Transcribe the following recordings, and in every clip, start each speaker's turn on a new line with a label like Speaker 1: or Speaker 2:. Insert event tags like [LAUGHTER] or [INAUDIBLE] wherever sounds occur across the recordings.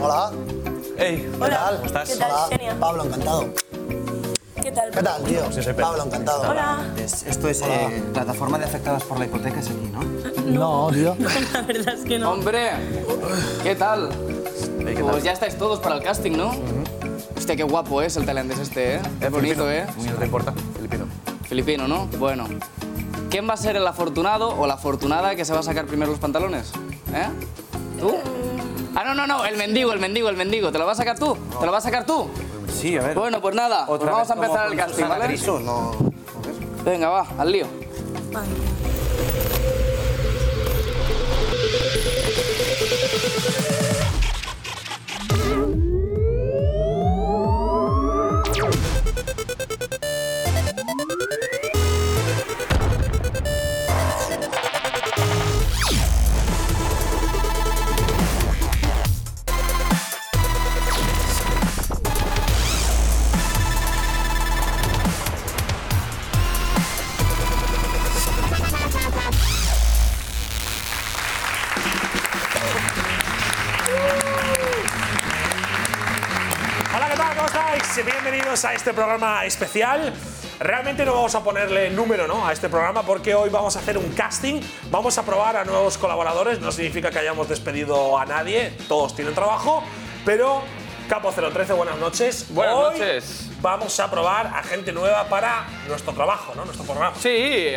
Speaker 1: Hola.
Speaker 2: Hey, ¿qué
Speaker 3: Hola.
Speaker 2: tal? ¿Cómo estás?
Speaker 3: ¿Qué tal?
Speaker 1: Hola.
Speaker 3: Xenia?
Speaker 1: Pablo, encantado.
Speaker 3: ¿Qué tal?
Speaker 1: ¿Qué tal, tío?
Speaker 2: Sí, soy Pedro.
Speaker 1: Pablo, encantado.
Speaker 3: Hola.
Speaker 4: Es- esto es
Speaker 1: Hola.
Speaker 4: eh, plataforma de afectados por la hipoteca, es aquí, ¿no?
Speaker 1: No, tío.
Speaker 3: [LAUGHS] La verdad es que no.
Speaker 5: Hombre, ¿qué tal?
Speaker 2: Hey, ¿qué tal?
Speaker 5: Pues ya estáis todos para el casting, ¿no? Hostia, qué guapo es el tailandés este, ¿eh? Es bonito, ¿eh?
Speaker 2: Si no te importa, filipino.
Speaker 5: Filipino, ¿no? Bueno. ¿Quién va a ser el afortunado o la afortunada que se va a sacar primero los pantalones? ¿Eh? ¿Tú? Ah, no, no, no, el mendigo, el mendigo, el mendigo. ¿Te lo vas a sacar tú? ¿Te lo vas a sacar tú?
Speaker 4: Sí, a ver.
Speaker 5: Bueno, pues nada, pues vamos a
Speaker 4: vez
Speaker 5: empezar
Speaker 4: como con
Speaker 5: el casting,
Speaker 4: Susana
Speaker 5: ¿vale?
Speaker 4: Griso, no-
Speaker 5: Venga, va, al lío.
Speaker 6: Hola, ¿qué tal? ¿Cómo estáis? Bienvenidos a este programa especial. Realmente no vamos a ponerle número ¿no? a este programa porque hoy vamos a hacer un casting, vamos a probar a nuevos colaboradores, no significa que hayamos despedido a nadie, todos tienen trabajo, pero Capo 013, buenas noches.
Speaker 7: Buenas
Speaker 6: Hoy
Speaker 7: noches.
Speaker 6: Vamos a probar a gente nueva para nuestro trabajo, ¿no? nuestro programa.
Speaker 7: Sí,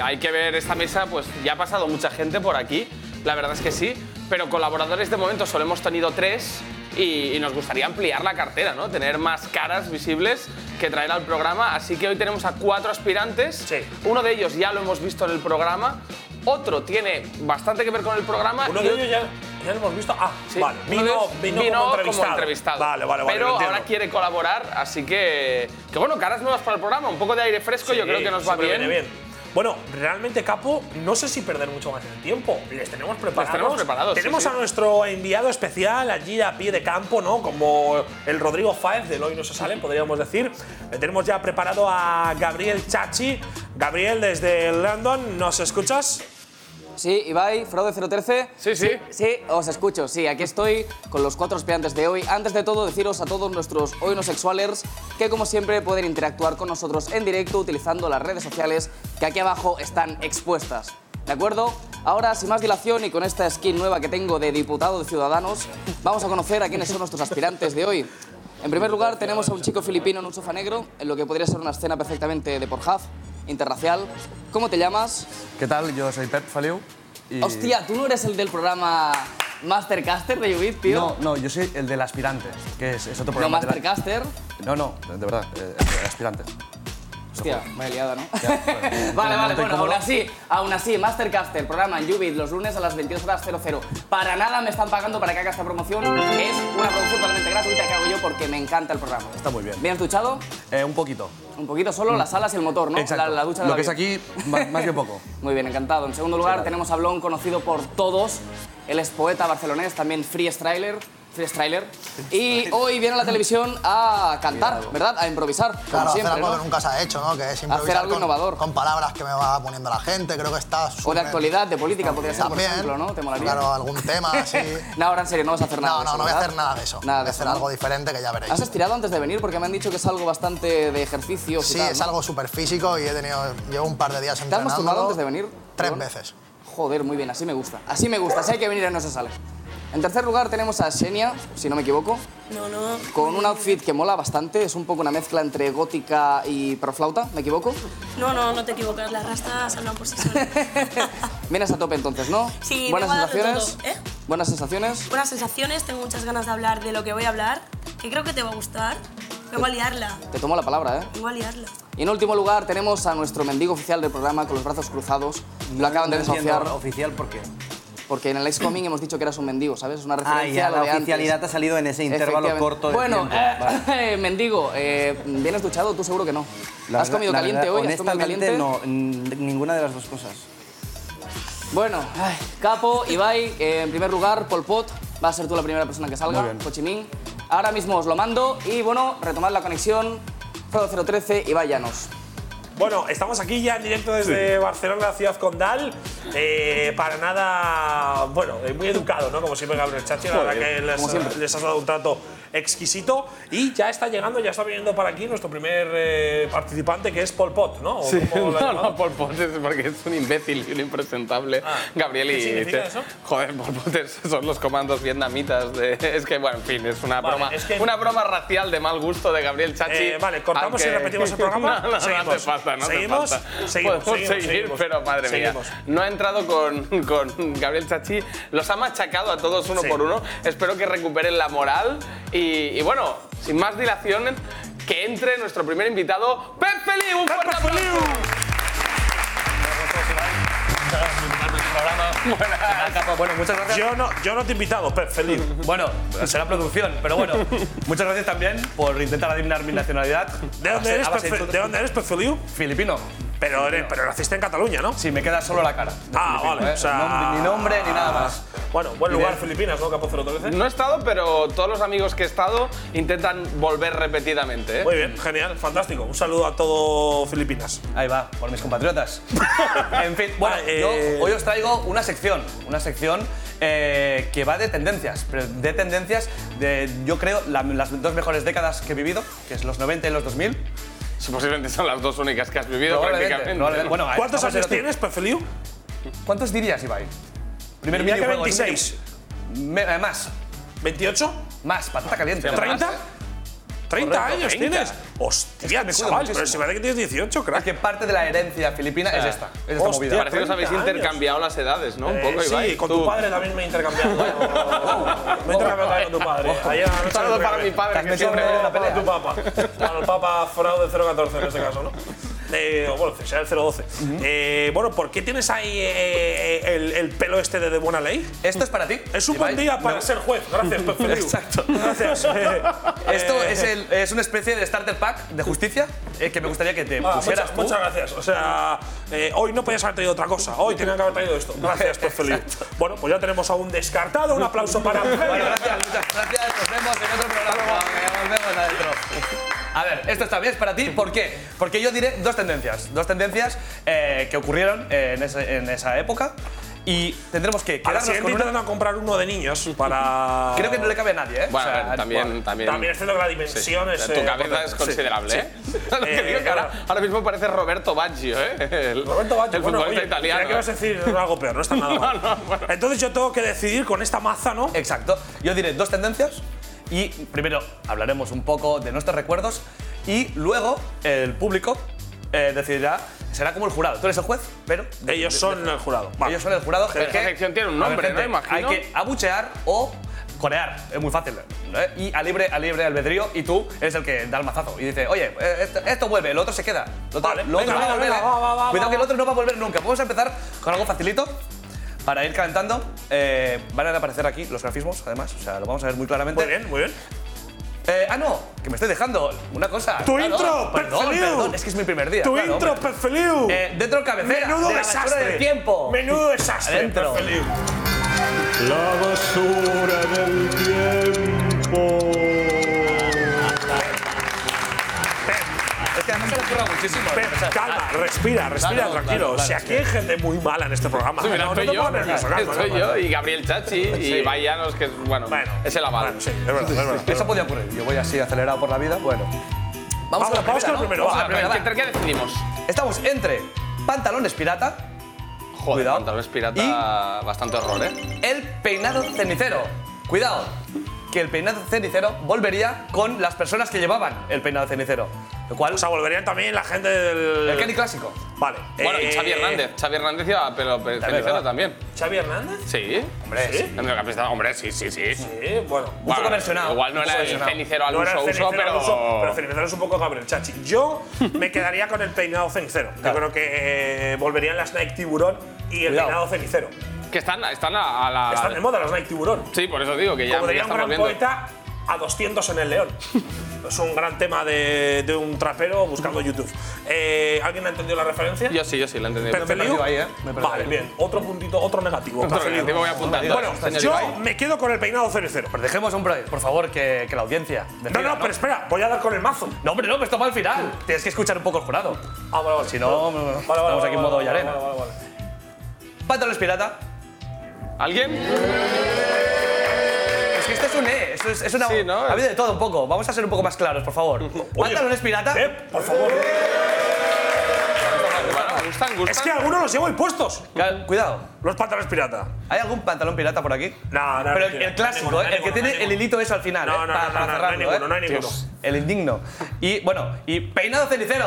Speaker 7: hay que ver esta mesa, pues ya ha pasado mucha gente por aquí, la verdad es que sí, pero colaboradores de momento solo hemos tenido tres y, y nos gustaría ampliar la cartera, ¿no? Tener más caras visibles que traer al programa, así que hoy tenemos a cuatro aspirantes,
Speaker 6: Sí.
Speaker 7: uno de ellos ya lo hemos visto en el programa, otro tiene bastante que ver con el programa
Speaker 6: Uno
Speaker 7: y
Speaker 6: de
Speaker 7: otro-
Speaker 6: ellos ya, ya lo hemos visto. Ah,
Speaker 7: Sí,
Speaker 6: vale.
Speaker 7: uno
Speaker 6: Vino,
Speaker 7: de ellos
Speaker 6: vino,
Speaker 7: vino
Speaker 6: como, entrevistado. Vale, vale, vale.
Speaker 7: Pero
Speaker 6: lo
Speaker 7: ahora
Speaker 6: entiendo.
Speaker 7: quiere colaborar, así que. Que bueno, caras nuevas para el programa, un poco de aire fresco, yo
Speaker 6: Sí,
Speaker 7: creo que nos va
Speaker 6: siempre
Speaker 7: bien.
Speaker 6: viene Bueno, realmente, Capo, no sé si perder mucho más el tiempo. Les tenemos preparados.
Speaker 7: tenemos preparados, sí,
Speaker 6: Tenemos
Speaker 7: sí.
Speaker 6: a nuestro enviado especial allí a pie de campo, ¿no? Como el Rodrigo Fáez del Hoy No Se Salen, podríamos decir. Le tenemos ya preparado a Gabriel Chachi. Gabriel, desde London, ¿nos escuchas?
Speaker 5: Sí, Ibai, Fraude 013.
Speaker 7: Sí, sí.
Speaker 5: Sí, os escucho. Sí, aquí estoy con los cuatro aspirantes de hoy. Antes de todo, deciros a todos nuestros hoy no sexualers que, como siempre, pueden interactuar con nosotros en directo utilizando las redes sociales que aquí abajo están expuestas. ¿De acuerdo? Ahora, sin más dilación y con esta skin nueva que tengo de diputado de Ciudadanos, vamos a conocer a quiénes son nuestros aspirantes de hoy. En primer lugar, tenemos a un chico filipino en un sofá negro, en lo que podría ser una escena perfectamente de Pornhub, interracial. ¿Cómo te llamas?
Speaker 2: ¿Qué tal? Yo soy Pep Faliu. y-
Speaker 5: Hostia, ¿tú no eres el del programa Mastercaster de Yubit, tío?
Speaker 4: No, no, yo soy el del aspirante, que es, es otro
Speaker 5: No,
Speaker 4: programa. de la-
Speaker 5: Mastercaster.
Speaker 2: No, no, de verdad, eh, el de aspirante.
Speaker 5: Hostia, vaya liada, ¿no? [LAUGHS]
Speaker 2: bueno,
Speaker 5: vale, vale,
Speaker 2: no te
Speaker 5: bueno, aún
Speaker 2: incomodo.
Speaker 5: así, aún así, Mastercaster, programa en Yubit los lunes a las 22 horas 00. Para nada me están pagando para que haga esta promoción. Es una producción totalmente gratuita que hago yo porque me encanta el programa.
Speaker 2: Está muy bien.
Speaker 5: ¿Bien has duchado?
Speaker 2: Eh, un poquito.
Speaker 5: Un poquito solo, las alas y el motor, ¿no?
Speaker 2: Exacto.
Speaker 5: La, la ducha de
Speaker 2: Lo
Speaker 5: la
Speaker 2: que es
Speaker 5: vida.
Speaker 2: aquí, ma- más bien poco.
Speaker 5: Muy bien, encantado. En segundo lugar, tenemos a Blon, conocido por todos. Él es poeta barcelonés, también freestyler. freestyler. Y hoy viene a la televisión a cantar, ¿verdad? A improvisar,
Speaker 1: Claro,
Speaker 5: como
Speaker 1: hacer
Speaker 5: siempre,
Speaker 1: algo
Speaker 5: ¿no?
Speaker 1: que nunca se ha hecho, ¿no? Que es improvisar
Speaker 5: algo
Speaker 1: con,
Speaker 5: innovador.
Speaker 1: con palabras que me va poniendo la gente. Creo que está
Speaker 5: O de
Speaker 1: súper-
Speaker 5: actualidad, de política, podría ser, por
Speaker 1: También.
Speaker 5: ejemplo, ¿no? ¿Te molaría?
Speaker 1: Claro, algún tema
Speaker 5: [LAUGHS]
Speaker 1: así.
Speaker 5: No, ahora en serio, no vas a hacer nada
Speaker 1: no,
Speaker 5: de
Speaker 1: no,
Speaker 5: eso,
Speaker 1: no voy a
Speaker 5: ¿verdad?
Speaker 1: hacer nada de eso.
Speaker 5: Nada
Speaker 1: voy
Speaker 5: de
Speaker 1: a hacer
Speaker 5: eso, ¿no?
Speaker 1: algo diferente que ya veréis.
Speaker 5: ¿Has estirado antes de venir? Porque me han dicho que es algo bastante de ejercicio.
Speaker 1: Sí, es algo súper físico y he tenido, llevo un par de días
Speaker 5: ¿Te has
Speaker 1: entrenándolo.
Speaker 5: masturbado antes de venir?
Speaker 1: Tres
Speaker 5: Perdón.
Speaker 1: veces.
Speaker 5: Joder, muy bien, así me gusta. Así me gusta, así hay que venir y no se sale. En tercer lugar tenemos a Xenia, si no me equivoco.
Speaker 3: No, no.
Speaker 5: Con un outfit que mola bastante, es un poco una mezcla entre gótica y proflauta, ¿me equivoco?
Speaker 3: No, no, no te equivocas. Las rastas hablan por sí [LAUGHS] solas.
Speaker 5: Vienes a tope entonces, ¿no?
Speaker 3: Sí,
Speaker 5: Buenas
Speaker 3: vengo a darlo
Speaker 5: sensaciones.
Speaker 3: todo, ¿eh?
Speaker 5: Buenas sensaciones.
Speaker 3: Buenas sensaciones, tengo muchas ganas de hablar de lo que voy a hablar, que creo que te va a gustar. Vengo a liarla,
Speaker 5: Te tomo la palabra, ¿eh?
Speaker 3: vengo a liarla.
Speaker 5: Y en último lugar tenemos a nuestro mendigo oficial del programa con los brazos cruzados. [LAUGHS] Lo acaban de
Speaker 4: No entiendo
Speaker 5: desahuciar
Speaker 4: oficial porque.
Speaker 5: porque en el Ice Coming hemos dicho que eras un mendigo, ¿sabes? Es una
Speaker 4: Ah,
Speaker 5: referencia
Speaker 4: ya,
Speaker 5: a lo
Speaker 4: la
Speaker 5: de antes.
Speaker 4: oficialidad ha salido en ese intervalo
Speaker 5: Efectivamente.
Speaker 4: corto. de
Speaker 5: Bueno,
Speaker 4: tiempo.
Speaker 5: [LAUGHS] eh,
Speaker 4: Vale.
Speaker 5: mendigo, eh, ¿vienes duchado? Tú seguro que no.
Speaker 4: La
Speaker 5: ¿Has
Speaker 4: verdad-
Speaker 5: comido
Speaker 4: la
Speaker 5: caliente
Speaker 4: verdad,
Speaker 5: hoy? ¿Has comido
Speaker 4: honestamente,
Speaker 5: caliente?
Speaker 4: no, n- ninguna de las dos cosas.
Speaker 5: Bueno, ay, Capo, Ibai, eh, en primer lugar, Pol Pot, va a ser tú la primera persona que salga, Cochimín. Ahora mismo os lo mando y bueno, retomad la conexión, Frodo 013, Ibai Llanos.
Speaker 6: Bueno, estamos aquí ya en directo desde Barcelona, ciudad condal. Eh, para nada, bueno, eh, muy educado, ¿no? Como siempre Gabriel Chachi, la verdad que les, les has dado un trato exquisito. Y ya está llegando, ya está viniendo para aquí nuestro primer eh, participante, que es Pol Pot, ¿no? ¿O cómo
Speaker 2: [LAUGHS]
Speaker 6: lo has
Speaker 7: [LAUGHS] No,
Speaker 6: llamado?
Speaker 7: no, Pol Pot es porque es un imbécil y un impresentable. Gabriel y.
Speaker 6: Ah, ¿qué significa
Speaker 7: te-
Speaker 6: eso?
Speaker 7: Joder, Pol Pot es- [LAUGHS] son los comandos vietnamitas. de- [LAUGHS] es que, bueno, en fin, es una
Speaker 6: Vale,
Speaker 7: broma.
Speaker 6: es que-
Speaker 7: Una broma racial de mal gusto de Gabriel Chachi.
Speaker 6: Eh, vale, cortamos
Speaker 7: al
Speaker 6: y repetimos el programa.
Speaker 7: [LAUGHS] no, no, no hace
Speaker 6: Seguimos.
Speaker 7: falta, no
Speaker 6: Seguimos,
Speaker 7: hace falta.
Speaker 6: seguimos,
Speaker 7: Podemos
Speaker 6: seguimos,
Speaker 7: seguir,
Speaker 6: seguimos.
Speaker 7: pero madre
Speaker 6: Seguimos.
Speaker 7: mía. No ha entrado con, con Gabriel Chachi. Los ha machacado a todos uno
Speaker 6: Sí.
Speaker 7: por uno. Espero que recuperen la moral. Y, y bueno, sin más dilación. Que entre nuestro primer invitado, Pep Feliu. Un fuerte
Speaker 6: Pepe
Speaker 7: aplauso.
Speaker 6: Feliu.
Speaker 2: Ah, Bueno, muchas gracias.
Speaker 6: Yo no, yo no te he invitado, Pep, feliz.
Speaker 2: [LAUGHS] Bueno, será producción, pero
Speaker 6: [LAUGHS]
Speaker 2: bueno. [LAUGHS] Muchas gracias también por intentar adivinar mi nacionalidad.
Speaker 6: ¿De dónde
Speaker 2: A base-
Speaker 6: eres,
Speaker 2: Ah, a
Speaker 6: Pep,
Speaker 2: base
Speaker 6: Fe-
Speaker 2: todo-
Speaker 6: ¿De dónde eres, Pep Feliu?
Speaker 2: Filipino.
Speaker 6: Pero, eres- pero naciste en Cataluña, ¿no?
Speaker 2: Sí, me queda solo la cara. de
Speaker 6: Ah,
Speaker 2: filipino,
Speaker 6: vale,
Speaker 2: ¿eh?
Speaker 6: o sea-
Speaker 2: Ni nombre ni nada más.
Speaker 6: Bueno, buen lugar, Filipinas, ¿no? Capaz 013.
Speaker 7: No he estado, pero todos los amigos que he estado intentan volver repetidamente. ¿eh?
Speaker 6: Muy bien, genial, fantástico. Un saludo a todo Filipinas.
Speaker 2: Ahí va, por mis compatriotas. en fin, bueno,
Speaker 6: Ah, eh.
Speaker 2: yo hoy os traigo una sección, una sección eh, que va de tendencias, pero de tendencias de, yo creo, la- las dos mejores décadas que he vivido, que es los 90 y los 2000.
Speaker 7: Sí, Posiblemente son las dos únicas que has vivido
Speaker 2: Probablemente,
Speaker 7: prácticamente.
Speaker 2: probablemente. Bueno, a-
Speaker 6: ¿Cuántos
Speaker 2: vamos a
Speaker 6: años
Speaker 2: hacer otro.
Speaker 6: tienes,
Speaker 7: este
Speaker 6: Pep Feliu?
Speaker 2: ¿Cuántos dirías, Ibai? Primer
Speaker 6: Diría que
Speaker 2: videojuego,
Speaker 6: 26.
Speaker 2: Me- eh, más,
Speaker 6: ¿28?
Speaker 2: más, patata caliente.
Speaker 6: ¿30?
Speaker 2: Además,
Speaker 6: ¿30 años
Speaker 7: 30.
Speaker 6: tienes? Hostia,
Speaker 2: me cuido
Speaker 6: chaval, pero
Speaker 2: muchísimo.
Speaker 6: se parece que tienes 18,
Speaker 2: Es
Speaker 6: crack.
Speaker 2: que parte de la herencia filipina es esta, es esta
Speaker 6: hostia.
Speaker 2: movida.
Speaker 7: Parece que os habéis
Speaker 6: 30 años.
Speaker 7: intercambiado las edades, ¿no? Un
Speaker 6: Eh,
Speaker 7: poco, Ibai.
Speaker 6: sí, con
Speaker 7: Tú.
Speaker 6: tu padre también me he
Speaker 7: [LAUGHS]
Speaker 6: intercambiado. me he intercambiado también con tu padre. Ayer a la noche
Speaker 7: Un saludo
Speaker 6: me
Speaker 7: para mi
Speaker 6: peleé.
Speaker 7: padre, que
Speaker 2: metido
Speaker 7: siempre
Speaker 2: en
Speaker 7: ve
Speaker 2: la
Speaker 7: la
Speaker 6: Para
Speaker 7: pelea.
Speaker 6: tu papa. Para el papa fraude 014 en este caso, ¿no? Eh, o bueno, será el 012. Eh, bueno, ¿por qué tienes ahí eh, eh, el, el pelo este de, de buena ley?
Speaker 2: Esto es para ti.
Speaker 6: Es un
Speaker 2: Ibai.
Speaker 6: buen día para
Speaker 2: No.
Speaker 6: ser juez. Gracias, Pep Feliu.
Speaker 2: Exacto.
Speaker 6: Gracias. Eh,
Speaker 2: [LAUGHS] Esto
Speaker 6: eh,
Speaker 2: es, el- es una especie de starter pack de justicia eh, que me gustaría que te
Speaker 6: ah,
Speaker 2: pusieras
Speaker 6: muchas,
Speaker 2: tú.
Speaker 6: muchas gracias. O sea, eh, hoy no podías haber traído otra cosa. Hoy tenían que haber traído esto.
Speaker 2: [LAUGHS]
Speaker 6: Gracias, Pep Feliu. Bueno, pues ya tenemos a un descartado. Un aplauso para
Speaker 2: Bueno,
Speaker 6: Angelio.
Speaker 2: gracias, muchas gracias. Nos vemos en otro programa. Nos vemos adentro. A ver, esto está bien, es para ti. ¿Por qué? Porque yo diré dos tendencias. Dos tendencias eh, que ocurrieron eh, en, ese- en esa época. Y tendremos que
Speaker 6: A la
Speaker 2: quedarnos
Speaker 6: siguiente
Speaker 2: con
Speaker 6: intentan
Speaker 2: una.
Speaker 6: a comprar uno de niños para.
Speaker 2: Creo que no le cabe a nadie, ¿eh?
Speaker 7: Bueno,
Speaker 2: O
Speaker 7: a
Speaker 2: sea,
Speaker 7: ver, también, también.
Speaker 6: También es cierto que la dimensión es.
Speaker 7: tu
Speaker 6: eh,
Speaker 7: cabeza
Speaker 6: importante.
Speaker 7: es
Speaker 6: Sí.
Speaker 7: considerable, ¿eh? [LAUGHS] Lo que
Speaker 6: Eh,
Speaker 7: digo que ahora, ahora mismo parece Roberto Baggio, ¿eh? El,
Speaker 6: Roberto Baggio,
Speaker 7: el
Speaker 6: bueno,
Speaker 7: futbolista
Speaker 6: oye,
Speaker 7: italiano.
Speaker 6: creía que ibas a decir algo peor, no
Speaker 2: [LAUGHS]
Speaker 6: está nada mal.
Speaker 7: No, no, bueno.
Speaker 6: Entonces yo tengo que decidir con esta maza, ¿no?
Speaker 2: Exacto. Yo diré dos tendencias y primero hablaremos un poco de nuestros recuerdos y luego el público eh, decidirá, será como el jurado. Tú eres el juez, pero
Speaker 6: Ellos son el jurado. Vale.
Speaker 2: ellos son el jurado.
Speaker 7: Pero
Speaker 2: gente.
Speaker 7: esa sección tiene un
Speaker 2: A
Speaker 7: nombre, ¿no? Imagino.
Speaker 2: Hay que abuchear o corear, es muy fácil. ¿eh? Y a libre, a libre albedrío, y tú eres el que da el mazazo y dice, oye, eh, esto, esto vuelve, lo otro se queda. Lo otro,
Speaker 6: Vale,
Speaker 2: lo otro
Speaker 6: venga, venga,
Speaker 2: va a volver.
Speaker 6: venga,
Speaker 2: ¿eh?
Speaker 6: va, va, va, va,
Speaker 2: Cuidado que el
Speaker 6: va.
Speaker 2: otro no va a volver nunca. Vamos a empezar con algo facilito. Para ir calentando, eh, van a aparecer aquí los grafismos, además, o sea, lo vamos a ver muy claramente.
Speaker 6: Muy bien, muy bien.
Speaker 2: Eh, ah, no, que me estoy dejando una cosa.
Speaker 6: ¡Tu
Speaker 2: Claro,
Speaker 6: intro,
Speaker 2: Perdón,
Speaker 6: Perfeliu!
Speaker 2: perdón, es que es mi primer día.
Speaker 6: ¡Tu
Speaker 2: claro,
Speaker 6: intro,
Speaker 2: hombre.
Speaker 6: Perfeliu!
Speaker 2: Eh, dentro cabecera,
Speaker 6: ¡Menudo
Speaker 2: de la basura
Speaker 6: desastre!
Speaker 2: del tiempo.
Speaker 6: ¡Menudo desastre,
Speaker 2: Adentro.
Speaker 6: Perfeliu!
Speaker 8: La basura del tiempo.
Speaker 2: Es que además se lo curra muchísimo.
Speaker 6: Pep,
Speaker 2: este O sea, ah,
Speaker 6: calma, respira, respira,
Speaker 2: Claro,
Speaker 6: tranquilo.
Speaker 2: claro,
Speaker 6: si aquí hay gente muy mala en este programa.
Speaker 7: Sí,
Speaker 6: no,
Speaker 7: mira,
Speaker 6: no
Speaker 7: estoy
Speaker 6: te
Speaker 7: yo,
Speaker 6: pongas nervioso, calma,
Speaker 7: estoy
Speaker 6: calma.
Speaker 7: yo y Gabriel Chachi y Vallanos, que es, bueno,
Speaker 6: Bueno,
Speaker 7: es el aval.
Speaker 6: bueno, sí, es verdad, es verdad.
Speaker 2: Eso podía ocurrir. Yo voy así acelerado por la vida. Bueno.
Speaker 6: Vamos, vamos con el primero,
Speaker 2: Vamos
Speaker 6: va,
Speaker 2: a
Speaker 7: Ah,
Speaker 2: la
Speaker 7: pero
Speaker 2: primera,
Speaker 7: ¿en ¿Qué,
Speaker 2: va.
Speaker 7: ¿Qué decidimos?
Speaker 2: Estamos entre pantalones pirata,
Speaker 7: Joder,
Speaker 2: Cuidado.
Speaker 7: pantalones pirata, bastante horror, ¿eh?
Speaker 2: el peinado cenicero. Cuidado, que el peinado cenicero volvería con las personas que llevaban el peinado cenicero. Lo cual,
Speaker 6: O sea, volverían también la gente del.
Speaker 2: el Kenny clásico.
Speaker 6: Vale.
Speaker 7: Bueno, y Xavi
Speaker 6: eh,
Speaker 7: Hernández. Xavi Hernández lleva pelo pe-
Speaker 2: También,
Speaker 7: cenicero
Speaker 2: ¿verdad?
Speaker 7: también.
Speaker 6: ¿Xavi Hernández?
Speaker 7: Sí.
Speaker 2: Hombre, ¿eh?
Speaker 6: ¿Sí?
Speaker 2: sí.
Speaker 7: Hombre, capitán, Hombre, sí, sí, sí.
Speaker 6: Sí, bueno.
Speaker 2: Un poco versionado.
Speaker 7: Igual no
Speaker 2: Un
Speaker 7: era
Speaker 2: poco
Speaker 7: el
Speaker 2: versionado.
Speaker 7: cenicero al
Speaker 6: No era
Speaker 7: uso,
Speaker 6: el
Speaker 7: uso,
Speaker 6: cenicero al uso, pero
Speaker 7: pero.
Speaker 6: cenicero es un poco Gabriel Chachi. Yo me quedaría con el peinado cenicero.
Speaker 2: Claro.
Speaker 6: Yo creo que eh, volverían las Nike Tiburón y el
Speaker 2: Cuidado.
Speaker 6: peinado cenicero.
Speaker 7: Que están, están a, a la.
Speaker 6: Están de moda las Nike Tiburón.
Speaker 7: Sí, por eso digo que Ah, ya,
Speaker 6: Como
Speaker 7: ya
Speaker 6: diría un
Speaker 7: estamos
Speaker 6: gran
Speaker 7: viendo. [LAUGHS]
Speaker 6: poeta, a 200 en el León. es un gran tema de, de un trapero buscando YouTube. Eh, ¿Alguien ha entendido la referencia?
Speaker 7: Yo sí, yo sí, lo he entendido.
Speaker 6: ¿Perfeliu?
Speaker 2: ahí, ¿eh? Me he perdido
Speaker 6: Vale,
Speaker 2: ahí.
Speaker 6: bien. Otro puntito, otro negativo.
Speaker 7: Otro
Speaker 6: Perfeliu.
Speaker 7: negativo, voy apuntando.
Speaker 6: Bueno,
Speaker 7: Señor
Speaker 6: yo
Speaker 7: Ibai.
Speaker 6: me quedo con el peinado 0-0.
Speaker 2: Pero Pues dejemos un break, por favor, que, que la audiencia. decida,
Speaker 6: No, no, pero espera, voy a dar con el mazo.
Speaker 2: No, hombre, no, pero esto va al final. Tienes que escuchar un poco el jurado.
Speaker 6: Ah, vale, vale.
Speaker 2: Si no,
Speaker 6: Vale, vale,
Speaker 2: estamos
Speaker 6: vale,
Speaker 2: aquí en
Speaker 6: vale,
Speaker 2: modo
Speaker 6: vale,
Speaker 2: Yarena.
Speaker 6: vale, vale, vale.
Speaker 2: Pantalones pirata.
Speaker 7: ¿Alguien?
Speaker 2: Es que este es un E, esto es, es una.
Speaker 7: Sí, ¿no?
Speaker 2: Ha habido de todo un poco. Vamos a ser un poco más claros, por
Speaker 6: [LAUGHS]
Speaker 2: favor. Pantalones pirata.
Speaker 6: Eh, por favor.
Speaker 7: Bueno, gustan, gustan.
Speaker 6: Es que algunos los llevo impuestos.
Speaker 2: Claro, Cuidado.
Speaker 6: Los pantalones pirata.
Speaker 2: ¿Hay algún pantalón pirata por aquí?
Speaker 6: No, no,
Speaker 2: Pero
Speaker 6: no,
Speaker 2: el,
Speaker 6: no,
Speaker 2: el clásico,
Speaker 6: no,
Speaker 2: ¿eh?
Speaker 6: no,
Speaker 2: el que
Speaker 6: no,
Speaker 2: tiene
Speaker 6: no,
Speaker 2: el hilito eso al final,
Speaker 6: No,
Speaker 2: ¿eh?
Speaker 6: no,
Speaker 2: Para-
Speaker 6: no, no, no, no
Speaker 2: para
Speaker 6: hay
Speaker 2: cerrarlo,
Speaker 6: ninguno,
Speaker 2: ¿eh?
Speaker 6: no hay ninguno.
Speaker 2: Dios, El indigno. Y bueno, y peinado cenicero.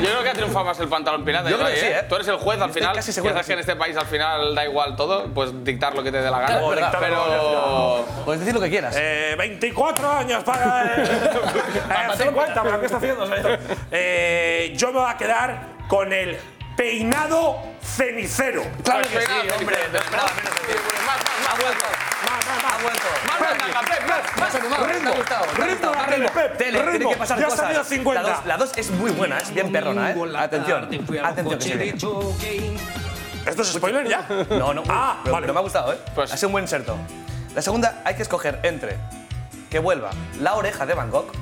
Speaker 7: Yo creo que ha triunfado más el pantalón pirata.
Speaker 2: Yo creo
Speaker 7: Ibai,
Speaker 2: que sí, ¿eh?
Speaker 7: Tú eres el juez al
Speaker 2: Estoy
Speaker 7: final.
Speaker 2: casi seguro
Speaker 7: Ya sabes
Speaker 2: que
Speaker 7: que en este país al final da igual todo, pues dictar lo que te dé la gana.
Speaker 2: Claro, es verdad.
Speaker 7: pero.
Speaker 2: Puedes decir lo que quieras.
Speaker 6: Eh, 24 años para. eh, eh, 50, pero ¿qué está haciendo? señor? Eh, yo me voy a quedar con el peinado cenicero.
Speaker 2: claro que
Speaker 7: Pues
Speaker 2: sí,
Speaker 7: venga,
Speaker 2: hombre.
Speaker 7: Felipe,
Speaker 2: Te esperaba menos de ti.
Speaker 7: Más, más, más, vuelto.
Speaker 2: Ah,
Speaker 6: Más, más, más.
Speaker 2: Ha vuelto.
Speaker 7: Más, más, más, más, más, más.
Speaker 2: Más animado,
Speaker 6: Ritmo,
Speaker 2: te ha gustado. te ha
Speaker 6: ritmo,
Speaker 2: gustado.
Speaker 6: Gabriel,
Speaker 2: Ritmo.
Speaker 6: Pep,
Speaker 2: Tele, tiene
Speaker 6: ritmo.
Speaker 2: que pasar
Speaker 6: Ya has
Speaker 2: cosas.
Speaker 6: salido 50.
Speaker 2: La 2 es muy buena, es bien perrona, ¿eh? Atención. Atención, que se viene.
Speaker 6: ¿Esto es spoiler ya?
Speaker 2: No, no, uy,
Speaker 6: Ah,
Speaker 2: pero,
Speaker 6: vale.
Speaker 2: pero me ha gustado, ¿eh?
Speaker 7: Pues-
Speaker 2: ha sido un buen inserto. La segunda hay que escoger entre que vuelva la oreja de Bangkok,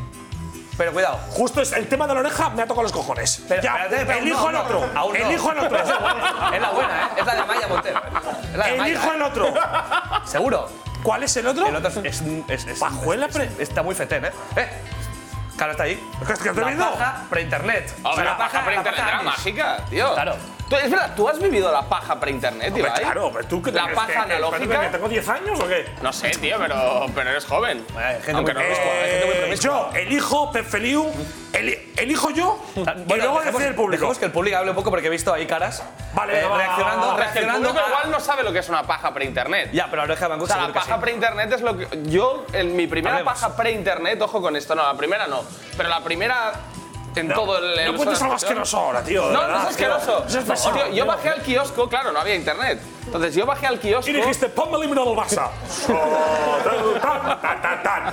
Speaker 2: pero cuidado.
Speaker 6: Justo es el tema de la oreja me ha tocado los cojones.
Speaker 2: Pero,
Speaker 6: ya,
Speaker 2: espérate, pero
Speaker 6: elijo
Speaker 2: no,
Speaker 6: el
Speaker 2: no,
Speaker 6: otro.
Speaker 2: aún no.
Speaker 6: elijo el
Speaker 2: [LAUGHS]
Speaker 6: otro.
Speaker 2: Es la buena, es la buena, ¿eh? Es la de Maya Montero. Es la de Maya,
Speaker 6: elijo
Speaker 2: ¿eh?
Speaker 6: el otro.
Speaker 2: Seguro.
Speaker 6: ¿Cuál es el otro?
Speaker 2: El otro es, es, un- es, es-
Speaker 6: Pajuela,
Speaker 2: es-
Speaker 6: pre-
Speaker 2: Está muy fetén, ¿eh? ¿Eh? Claro, está ahí.
Speaker 6: ¿Qué- qué estoy
Speaker 2: la
Speaker 6: viendo?
Speaker 2: paja pre-internet.
Speaker 7: Hombre, la paja
Speaker 2: la
Speaker 7: pre-internet era
Speaker 2: paja antes.
Speaker 7: mágica, tío.
Speaker 2: Claro.
Speaker 7: Tú- es verdad, tú has vivido la paja pre-internet,
Speaker 6: Hombre,
Speaker 7: Ibai.
Speaker 6: Pues claro, pero tú que te
Speaker 7: La
Speaker 6: crees
Speaker 7: paja
Speaker 6: que- que-
Speaker 7: analógica.
Speaker 6: que ¿Tengo 10 años o qué?
Speaker 7: No sé, tío, pero, pero eres joven.
Speaker 2: Hay gente
Speaker 7: Aunque
Speaker 2: muy
Speaker 7: no lo
Speaker 2: promiscua, hay gente muy
Speaker 6: Eh,
Speaker 2: promiscua.
Speaker 6: yo elijo Pepfeliu, eli- elijo yo y
Speaker 2: Ah, Bueno,
Speaker 6: luego
Speaker 2: dejemos-
Speaker 6: decide el público.
Speaker 2: dejemos que el público hable un poco porque he visto ahí caras.
Speaker 6: Vale,
Speaker 2: eh,
Speaker 6: venga, va, va,
Speaker 2: reaccionando,
Speaker 6: va, va, va.
Speaker 7: El
Speaker 2: reaccionando.
Speaker 7: público
Speaker 2: a-
Speaker 7: igual no sabe lo que es una paja pre-internet.
Speaker 2: Ya, pero la oreja de Van Gogh
Speaker 7: O sea, la
Speaker 2: seguro que
Speaker 7: paja
Speaker 2: sí.
Speaker 7: pre-internet es lo que. Yo, en mi primera
Speaker 2: Hablemos.
Speaker 7: paja pre-internet, ojo con esto, no, la primera no. Pero la primera en todo el. el
Speaker 6: No cuentes
Speaker 7: uso de la
Speaker 6: algo
Speaker 7: sociedad.
Speaker 6: asqueroso ahora, tío. de
Speaker 7: No, no
Speaker 6: verdad,
Speaker 7: es asqueroso.
Speaker 6: tío. Eso es
Speaker 7: No,
Speaker 6: pesado,
Speaker 7: tío, yo
Speaker 6: tío.
Speaker 7: bajé al kiosco, claro, no había internet. Entonces yo bajé al kiosco.
Speaker 6: Y dijiste, ponme eliminado el Barça. Oh, tan, tan, tan, tan.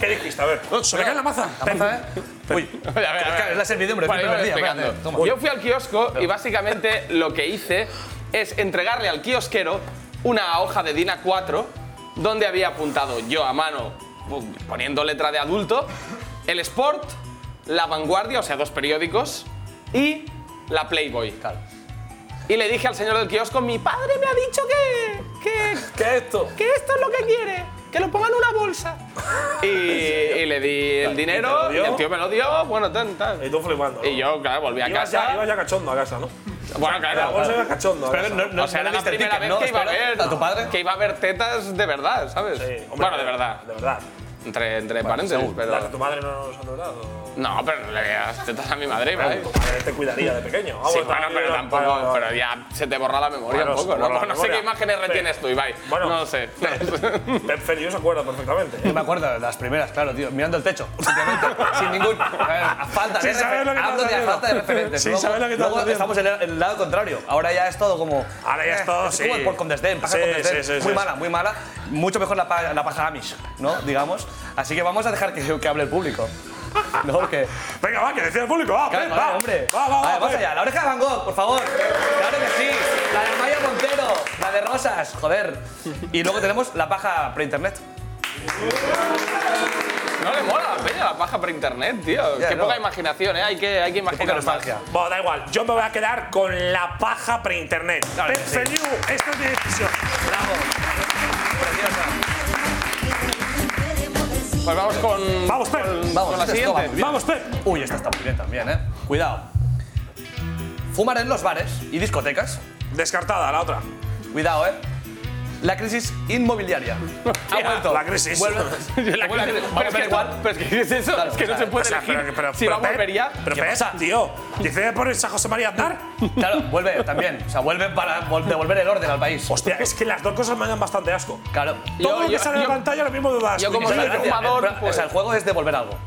Speaker 6: ¿Qué dijiste? A ver, se me cae la maza.
Speaker 2: Maza, ¿eh? [LAUGHS] Uy,
Speaker 7: [LAUGHS] A ver, a ver, a ver.
Speaker 2: es la servidumbre,
Speaker 7: Vale,
Speaker 2: es el
Speaker 7: voy
Speaker 2: primer día,
Speaker 7: explicando.
Speaker 2: espérate, toma.
Speaker 7: Yo fui al kiosco y básicamente lo que hice es entregarle al kiosquero una hoja de DIN A4 donde había apuntado yo a mano, pum, poniendo letra de adulto, el Sport, la Vanguardia, o sea, dos periódicos, y la Playboy. Y le dije al señor del kiosco, mi padre me ha dicho que... que
Speaker 6: ¿Qué es esto?
Speaker 7: que esto es lo que quiere, que lo ponga en una bolsa. Y, y le di el dinero,
Speaker 6: ¿Y te lo
Speaker 7: y
Speaker 6: dio?
Speaker 7: el tío me lo dio, bueno, tan, tan.
Speaker 6: Y tú flipando. ¿no?
Speaker 7: Y yo, claro, volví a
Speaker 6: Ibas ya, ibas
Speaker 7: casa.
Speaker 6: ya cachondo a casa, ¿no?
Speaker 7: Bueno,
Speaker 6: La bolsa
Speaker 7: claro.
Speaker 6: iba cachondo. a
Speaker 2: Pero
Speaker 6: casa.
Speaker 2: no, no,
Speaker 7: o sea,
Speaker 2: no
Speaker 7: era
Speaker 2: le
Speaker 7: la
Speaker 2: diste el
Speaker 7: primera
Speaker 2: ticket,
Speaker 7: vez
Speaker 2: ¿no?
Speaker 7: que iba a
Speaker 2: Espera,
Speaker 7: ver
Speaker 2: ¿A tu padre?
Speaker 7: que iba a ver tetas de verdad, ¿sabes?
Speaker 6: Sí, hombre,
Speaker 7: bueno, de verdad,
Speaker 6: De verdad.
Speaker 7: entre, entre paréntesis,
Speaker 6: Las de
Speaker 7: pero
Speaker 6: tu madre no nos han durado.
Speaker 7: no, pero no le veas tetas a mi madre, ¿vale?
Speaker 6: Tu madre te cuidaría de pequeño. Ah,
Speaker 7: Sí,
Speaker 6: bueno,
Speaker 7: bueno, pero
Speaker 6: vale,
Speaker 7: tampoco,
Speaker 6: vale, vale.
Speaker 7: pero ya se te borra la memoria
Speaker 6: Bueno,
Speaker 7: un poco,
Speaker 6: se
Speaker 7: ¿no?
Speaker 6: borra la
Speaker 7: No sé
Speaker 6: memoria.
Speaker 7: qué imágenes
Speaker 6: Sí.
Speaker 7: retienes tú, Ibai.
Speaker 6: Bueno.
Speaker 7: no sé. [LAUGHS]
Speaker 6: Pep Feliu se acuerda perfectamente.
Speaker 2: Yo me acuerdo de las primeras, claro, tío, mirando el techo, [LAUGHS] simplemente, sin ningún. A ver, a falta de
Speaker 6: Sin saber lo que
Speaker 2: referentes.
Speaker 6: estás
Speaker 2: Hablo de a
Speaker 6: haciendo.
Speaker 2: falta de referentes.
Speaker 6: Sin
Speaker 2: luego,
Speaker 6: saber lo que estás
Speaker 2: luego
Speaker 6: haciendo.
Speaker 2: estamos en el, en el lado contrario. Ahora ya es todo como.
Speaker 6: Ahora ya es
Speaker 2: eh,
Speaker 6: todo, sí.
Speaker 2: como el por con desdén, paja
Speaker 6: Sí,
Speaker 2: con desdén.
Speaker 6: sí, sí,
Speaker 2: muy
Speaker 6: sí.
Speaker 2: mala, muy mala. Mucho mejor la, pa- la paja Amish, ¿no? Digamos. Así que vamos a dejar que, que hable el público. No, que.
Speaker 6: Venga, va, que decía el público. Va,
Speaker 2: Claro,
Speaker 6: Pep,
Speaker 2: vale,
Speaker 6: va.
Speaker 2: hombre.
Speaker 6: Va, va,
Speaker 2: Vale,
Speaker 6: va.
Speaker 2: vamos
Speaker 6: Pep.
Speaker 2: allá. La oreja de Van Gogh, por favor. Claro que sí. La de Maya Montero. La de Rosas, joder. Y luego tenemos la paja pre-internet.
Speaker 7: No le mola la peña la paja por internet, tío.
Speaker 2: Ya,
Speaker 7: Qué
Speaker 2: no.
Speaker 7: poca imaginación, ¿eh? Hay que, hay que
Speaker 2: Poca
Speaker 7: imaginar más.
Speaker 2: nostalgia.
Speaker 6: Bueno, da igual. Yo me voy a quedar con la paja pre-internet.
Speaker 2: Claro que
Speaker 6: Pep
Speaker 2: sí.
Speaker 6: Feliu, esta es mi decisión.
Speaker 2: Bravo. Preciosa.
Speaker 7: Pues vamos con...
Speaker 6: Vamos, Pep.
Speaker 2: Vamos,
Speaker 7: con la
Speaker 2: esto
Speaker 7: siguiente.
Speaker 6: Vamos,
Speaker 2: vamos.
Speaker 6: Pep.
Speaker 2: Uy, esta está muy bien también, ¿eh? Cuidado. Fumar en los bares y discotecas.
Speaker 6: Descartada la otra.
Speaker 2: Cuidado, ¿eh? La crisis inmobiliaria. Ha vuelto.
Speaker 6: la crisis.
Speaker 2: Vuelve.
Speaker 7: [LAUGHS] La-
Speaker 2: Vuelve.
Speaker 7: Pero es que igual, pero es que ¿qué es eso?
Speaker 2: Claro,
Speaker 7: es que no
Speaker 2: o
Speaker 7: se
Speaker 2: sea,
Speaker 7: puede
Speaker 6: o sea,
Speaker 7: elegir
Speaker 6: pero- pero-
Speaker 7: si
Speaker 6: pero
Speaker 7: va a volver
Speaker 6: Pep-
Speaker 7: ya.
Speaker 6: Pero
Speaker 2: ¿Qué
Speaker 6: Pep,
Speaker 2: pasa?
Speaker 6: tío, dice por el San José María Aznar.
Speaker 2: Claro, vuelve también. O sea, vuelve para vol- devolver el orden al país.
Speaker 6: Hostia, es que las dos cosas me dan bastante asco.
Speaker 2: Claro.
Speaker 7: Yo-
Speaker 6: Todo lo que
Speaker 7: yo-
Speaker 6: sale en
Speaker 7: yo-
Speaker 6: la pantalla lo mismo de
Speaker 7: yo como
Speaker 2: Esa es la
Speaker 7: soy
Speaker 2: gracia.
Speaker 7: fumador,
Speaker 2: El pro- O
Speaker 7: pues-
Speaker 2: sea, el juego es devolver algo. [LAUGHS]